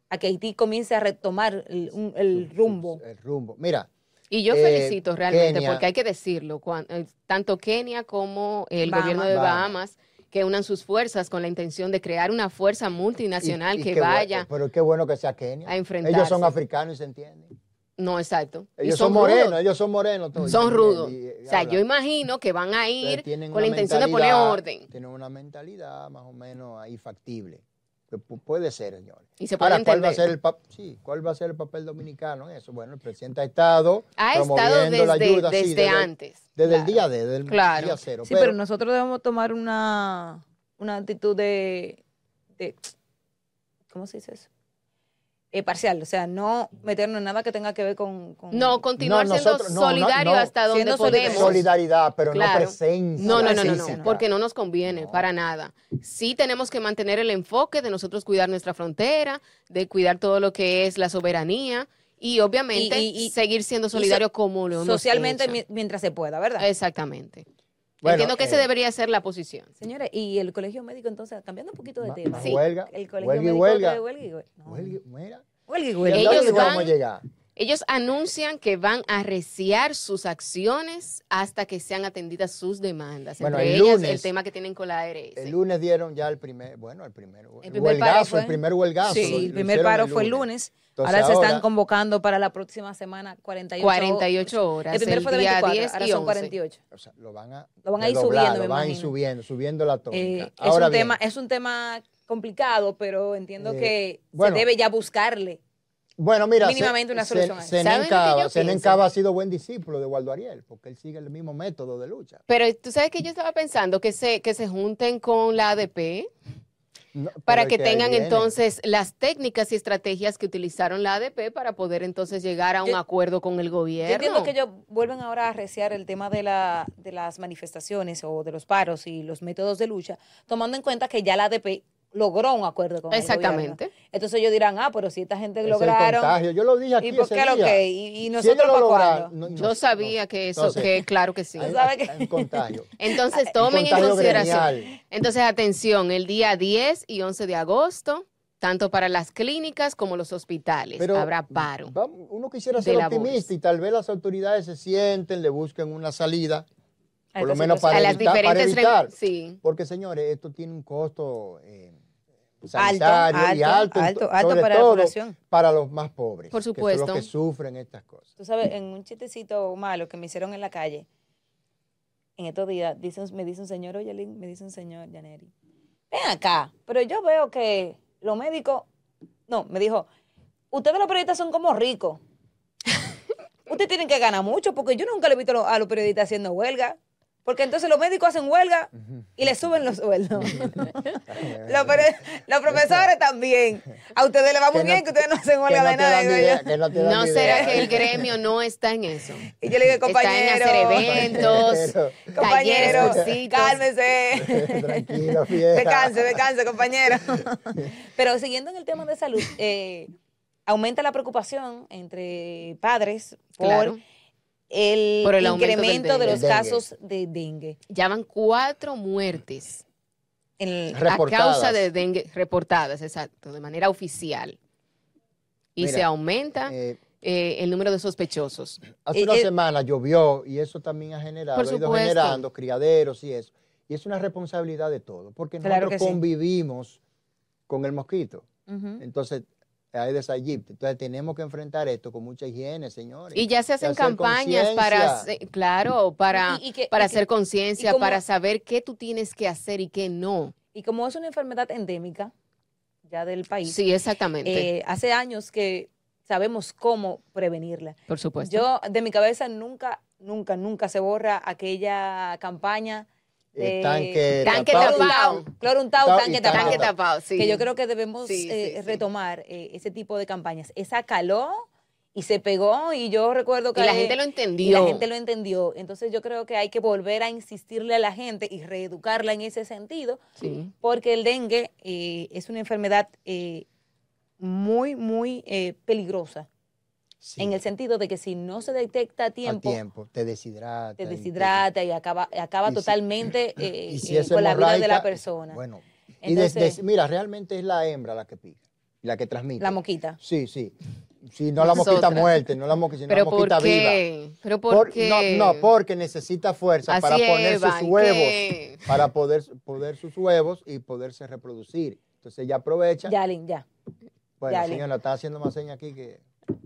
Speaker 3: a que Haití comience a retomar el, un- el rumbo.
Speaker 1: El rumbo. Mira,
Speaker 2: Y yo
Speaker 1: Eh,
Speaker 2: felicito realmente,
Speaker 1: Kenia.
Speaker 2: porque hay que decirlo, cuan- eh, tanto Kenia como el
Speaker 3: Bahamas.
Speaker 2: gobierno de
Speaker 1: Bahamas.
Speaker 2: Bahamas, que unan sus fuerzas con la intención de crear una fuerza multinacional
Speaker 1: y- y
Speaker 2: que
Speaker 1: qué bueno- pues.
Speaker 2: vaya.
Speaker 1: pero qué bueno que sea Kenia.
Speaker 2: a
Speaker 1: Ellos
Speaker 2: enfrentarse.
Speaker 1: son africanos y se entienden.
Speaker 2: No, exacto. Y
Speaker 1: Ellos son,
Speaker 2: rudos.
Speaker 1: morenos, ellos son morenos todos.
Speaker 2: Son
Speaker 1: Y-
Speaker 2: rudos.
Speaker 1: y- y
Speaker 2: o sea, yo
Speaker 1: hablan.
Speaker 2: imagino que van a ir
Speaker 1: Entonces, tienen
Speaker 2: con la
Speaker 1: una
Speaker 2: intención de poner
Speaker 1: mentalidad-
Speaker 2: orden.
Speaker 1: Tienen una mentalidad más o menos ahí factible. Que pu- puede ser, señores.
Speaker 2: Y se puede
Speaker 1: Ahora, ¿cuál va, a
Speaker 2: entender.
Speaker 1: ser el pa- sí, ¿cuál va a ser el papel dominicano en eso? Bueno, el presidente ha estado
Speaker 2: Ha estado
Speaker 1: promoviendo
Speaker 2: desde,
Speaker 1: la ayuda sí,
Speaker 2: desde
Speaker 1: desde-
Speaker 2: antes.
Speaker 1: Desde el
Speaker 2: Claro.
Speaker 1: día de, desde el
Speaker 2: Claro.
Speaker 1: día cero.
Speaker 3: Sí, pero, nosotros debemos tomar una, una actitud de, de- ¿Cómo se dice eso? eh, parcial, o sea, no meternos en nada que tenga que ver con... con-
Speaker 2: No, continuar
Speaker 1: No, nosotros-
Speaker 2: siendo
Speaker 1: no, no,
Speaker 2: solidario
Speaker 1: no.
Speaker 2: hasta donde
Speaker 3: Siendo solidarios.
Speaker 2: podemos.
Speaker 1: Solidaridad, pero
Speaker 2: Claro.
Speaker 1: no presencia.
Speaker 2: No, no, no, no,
Speaker 3: Presencia,
Speaker 2: no, porque no nos conviene
Speaker 1: No.
Speaker 2: para nada. Sí tenemos que mantener el enfoque de nosotros cuidar nuestra frontera, de cuidar todo lo que es la soberanía y obviamente
Speaker 3: Y- y- y-
Speaker 2: seguir siendo solidario como lo hemos
Speaker 3: socialmente
Speaker 2: hecho.
Speaker 3: mi- mientras se pueda, ¿verdad?
Speaker 2: Exactamente.
Speaker 1: Bueno,
Speaker 2: Entiendo que esa
Speaker 1: eh,
Speaker 2: debería ser la posición.
Speaker 3: Señores, y el colegio médico, entonces, cambiando un poquito de
Speaker 1: Ma-
Speaker 3: tema.
Speaker 1: ma-
Speaker 2: Sí.
Speaker 1: Huelga,
Speaker 3: El colegio
Speaker 1: huelga y
Speaker 3: médico
Speaker 1: huelga.
Speaker 3: otra vez, huelga y huelga. No.
Speaker 1: Huelga, mira.
Speaker 3: Huelga y
Speaker 1: ¿Y
Speaker 3: huelga.
Speaker 1: a
Speaker 2: Ellos
Speaker 1: dónde que vamos a
Speaker 2: van-
Speaker 1: llegar?
Speaker 2: Ellos anuncian que van a arreciar sus acciones hasta que sean atendidas sus demandas.
Speaker 1: Bueno,
Speaker 2: entre
Speaker 1: el
Speaker 2: ellas el
Speaker 1: lunes-
Speaker 2: tema que tienen con la ARS.
Speaker 1: El lunes dieron ya el primer, bueno, el primer,
Speaker 3: primer paro
Speaker 1: huelgazo,
Speaker 3: fue-
Speaker 1: el primer huelgazo.
Speaker 3: Sí,
Speaker 1: lo-
Speaker 3: el
Speaker 1: lo
Speaker 3: primer
Speaker 1: hicieron
Speaker 3: paro fue el lunes.
Speaker 1: Entonces,
Speaker 3: ahora se están
Speaker 1: ahora-
Speaker 3: convocando para la próxima semana 48
Speaker 2: 48 horas.
Speaker 3: pues, El primero fue de
Speaker 2: día
Speaker 3: 24,
Speaker 2: 10
Speaker 3: ahora
Speaker 2: y
Speaker 3: son
Speaker 2: 11.
Speaker 3: 48.
Speaker 1: O sea, lo van a,
Speaker 3: Lo van a ir
Speaker 1: redoblar,
Speaker 3: subiendo, me
Speaker 1: Lo van a ir
Speaker 3: imagino.
Speaker 1: subiendo, subiendo la tónica.
Speaker 3: Eh, es,
Speaker 1: ahora
Speaker 3: un
Speaker 1: bien,
Speaker 3: tema, es un tema complicado, pero entiendo
Speaker 1: Eh,
Speaker 3: que
Speaker 1: bueno.
Speaker 3: se debe ya buscarle.
Speaker 1: bueno, mira,
Speaker 3: mínimamente una solución a eso.
Speaker 2: ¿Saben lo
Speaker 1: Senén
Speaker 2: que
Speaker 1: Cava,
Speaker 2: yo
Speaker 1: Zenén
Speaker 2: pienso?
Speaker 1: Cava ha sido buen discípulo de Waldo Ariel, porque él sigue el mismo método de lucha.
Speaker 2: Pero tú sabes que yo estaba pensando que se, que se junten con la ADP
Speaker 1: No,
Speaker 2: para
Speaker 1: pero
Speaker 2: que,
Speaker 1: es ahí
Speaker 2: tengan
Speaker 1: viene.
Speaker 2: entonces las técnicas y estrategias que utilizaron la ADP para poder entonces llegar a un
Speaker 3: Yo-
Speaker 2: acuerdo con el
Speaker 3: Yo
Speaker 2: gobierno.
Speaker 3: entiendo que ellos vuelven ahora a arreciar el tema de, la, de las manifestaciones o de los paros y los métodos de lucha, tomando en cuenta que ya la ADP logró un acuerdo con el gobierno.
Speaker 2: Exactamente.
Speaker 3: Entonces ellos dirán, ah, pero si esta gente
Speaker 1: Es el
Speaker 3: lograron.
Speaker 1: contagio. Yo lo dije aquí
Speaker 3: ¿Y por
Speaker 1: ese
Speaker 3: qué lo
Speaker 1: día.
Speaker 3: que? ¿Y, y
Speaker 1: Si
Speaker 3: nosotros
Speaker 1: ellos lo
Speaker 3: para
Speaker 1: lograron, no-
Speaker 3: cuándo?
Speaker 1: no,
Speaker 2: Yo sabía que eso,
Speaker 1: Entonces,
Speaker 2: que claro que sí.
Speaker 1: hay-
Speaker 3: sabe que-
Speaker 1: hay un contagio.
Speaker 2: Entonces
Speaker 1: Un
Speaker 2: tomen en
Speaker 1: contagio
Speaker 2: consideración.
Speaker 1: gremial.
Speaker 2: Entonces, atención, el día 10 y 11 de agosto, tanto para las clínicas como los hospitales,
Speaker 1: Pero
Speaker 2: Pues, habrá paro.
Speaker 1: vamos, uno quisiera
Speaker 2: de
Speaker 1: ser
Speaker 2: labores.
Speaker 1: optimista y tal vez las autoridades se sienten, le busquen una salida,
Speaker 3: A
Speaker 1: por lo
Speaker 3: esta
Speaker 1: menos
Speaker 3: situación.
Speaker 2: a las
Speaker 1: evitar- para
Speaker 2: diferentes... re-
Speaker 1: evitar.
Speaker 2: Sí.
Speaker 1: porque señores, esto tiene un costo eh, sanitario y alto,
Speaker 3: alto,
Speaker 1: to-
Speaker 3: alto
Speaker 1: sobre
Speaker 3: para la
Speaker 1: todo
Speaker 3: población.
Speaker 1: para los más pobres,
Speaker 2: Por
Speaker 1: que
Speaker 2: supuesto.
Speaker 1: son los que sufren estas cosas.
Speaker 3: Tú sabes, en un chistecito malo que me hicieron en la calle, en estos días, dice un- me dice un señor, oye, Lin", me dice un señor, Janeri, ven acá, pero yo veo que los médicos, no, me dijo, ustedes los periodistas son como ricos. ustedes tienen que ganar mucho, porque yo nunca le he visto a los, a los periodistas haciendo huelga. Porque entonces los médicos hacen huelga y le suben los sueldos. los, pre- los profesores también. A ustedes les va muy
Speaker 1: Que no-
Speaker 3: bien que ustedes no hacen huelga
Speaker 1: que no
Speaker 3: de
Speaker 1: te dan
Speaker 3: nada.
Speaker 1: ni
Speaker 3: digo yo.
Speaker 1: idea, que no te dan
Speaker 2: No
Speaker 1: ni
Speaker 2: será
Speaker 1: idea.
Speaker 2: que el gremio no está en eso.
Speaker 3: Y yo le dije,
Speaker 2: Está en
Speaker 3: compañero,
Speaker 2: hacer
Speaker 1: Compañero.
Speaker 2: eventos, talleres,
Speaker 3: compañero,
Speaker 2: cursitos.
Speaker 3: cálmese.
Speaker 1: Tranquilo, vieja.
Speaker 3: Descanse, descanse, compañero. Pero siguiendo en el tema de salud, eh, aumenta la preocupación entre padres por
Speaker 2: Claro.
Speaker 3: el,
Speaker 2: Por el aumento del
Speaker 3: incremento de
Speaker 2: dengue.
Speaker 3: los
Speaker 1: Del dengue.
Speaker 3: casos de dengue.
Speaker 2: Ya van cuatro muertes
Speaker 3: En el-
Speaker 2: a
Speaker 1: Reportadas.
Speaker 2: causa de dengue reportadas, exacto, de manera oficial. Y
Speaker 1: Mira,
Speaker 2: se aumenta
Speaker 1: Eh,
Speaker 2: eh, el número de sospechosos.
Speaker 1: hace
Speaker 3: Eh,
Speaker 1: una
Speaker 3: eh,
Speaker 1: semana llovió y eso también ha generado,
Speaker 2: Por
Speaker 1: ha ido
Speaker 2: supuesto.
Speaker 1: generando criaderos y eso. Y es una responsabilidad de todos, porque
Speaker 3: Claro
Speaker 1: nosotros
Speaker 3: que sí.
Speaker 1: convivimos con el mosquito.
Speaker 3: Ujú.
Speaker 1: Entonces, hay desayuno. Entonces, tenemos que enfrentar esto con mucha higiene, señores.
Speaker 2: Y ya se hacen
Speaker 1: hacer
Speaker 2: campañas para,
Speaker 1: conciencia.
Speaker 2: hacer- claro, para,
Speaker 3: Y- y que-
Speaker 2: para
Speaker 3: y que-
Speaker 2: hacer conciencia,
Speaker 3: y como-
Speaker 2: para saber qué tú tienes que hacer y qué no.
Speaker 3: Y como es una enfermedad endémica ya del país,
Speaker 2: Sí, exactamente,
Speaker 3: eh, hace años que sabemos cómo prevenirla.
Speaker 2: por supuesto.
Speaker 3: Yo, de mi cabeza, nunca, nunca, nunca se borra aquella campaña de
Speaker 1: Eh, tanque
Speaker 2: Tanque
Speaker 1: tapado.
Speaker 2: tapado.
Speaker 3: Cloro untado,
Speaker 1: Tao y
Speaker 3: tanque
Speaker 1: tao.
Speaker 3: tapado.
Speaker 2: Tanque tapado, sí.
Speaker 3: Que yo creo que debemos
Speaker 2: Sí,
Speaker 3: eh,
Speaker 2: sí, sí.
Speaker 3: retomar eh, ese tipo de campañas. Esa caló y se pegó y yo recuerdo que...
Speaker 2: Y la gente lo
Speaker 3: y la
Speaker 2: entendió.
Speaker 3: gente lo entendió. Entonces yo creo que hay que volver a insistirle a la gente y reeducarla en ese sentido
Speaker 2: Sí.
Speaker 3: porque el dengue eh, es una enfermedad eh, muy, muy eh, peligrosa.
Speaker 1: Sí,
Speaker 3: En el sentido de que si no se detecta a
Speaker 1: a
Speaker 3: tiempo,
Speaker 1: tiempo. Te deshidrata.
Speaker 3: te
Speaker 1: y te-
Speaker 3: deshidrata y acaba, acaba
Speaker 1: Y si-
Speaker 3: totalmente eh,
Speaker 1: Y si
Speaker 3: eh,
Speaker 1: es
Speaker 3: con la vida de la
Speaker 1: hemorraica,
Speaker 3: persona.
Speaker 1: Bueno. y
Speaker 3: Entonces-
Speaker 1: desde, mira, realmente es la hembra la que pica, la que transmite.
Speaker 3: la moquita.
Speaker 1: Sí, sí. Sí, no la mosquita
Speaker 2: Nosotras.
Speaker 1: muerte, no la mosquita, sino
Speaker 2: Pero
Speaker 1: la
Speaker 2: ¿por
Speaker 1: mosquita viva.
Speaker 2: qué? Pero ¿por,
Speaker 1: Por-
Speaker 2: qué?
Speaker 1: No, no, porque necesita fuerza
Speaker 2: Así
Speaker 1: para
Speaker 2: es,
Speaker 1: poner
Speaker 2: Iván,
Speaker 1: sus huevos,
Speaker 2: ¿qué?
Speaker 1: para poder, poder sus huevos y poderse reproducir. Entonces ella aprovecha.
Speaker 3: Yalin, ya.
Speaker 1: bueno,
Speaker 3: ya,
Speaker 1: señora, está haciendo más señas aquí que...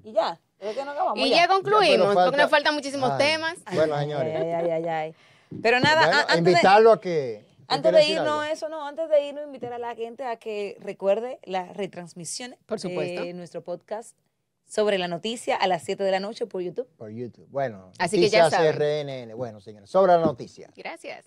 Speaker 3: Y ya. Creo que no acabamos.
Speaker 2: Y ya concluimos,
Speaker 1: falta-
Speaker 2: porque nos faltan muchísimos
Speaker 1: Ay,
Speaker 2: temas.
Speaker 1: Bueno,
Speaker 3: Ay,
Speaker 1: señores.
Speaker 3: Ay, ay, ay, ay. Pero nada,
Speaker 1: Bueno,
Speaker 3: a- antes de-
Speaker 1: invitarlo a que... ¿tú
Speaker 3: Antes
Speaker 1: quieres
Speaker 3: de
Speaker 1: decir algo?
Speaker 3: irnos, eso no, antes de irnos, invitar a la gente a que recuerde la retransmisión
Speaker 2: Por supuesto.
Speaker 3: de nuestro podcast sobre la noticia a las 7 de la noche por YouTube.
Speaker 1: Por YouTube. Bueno,
Speaker 2: Así que ya
Speaker 1: noticias
Speaker 2: saben.
Speaker 1: RNN. Bueno, señores, sobra la noticia.
Speaker 2: Gracias.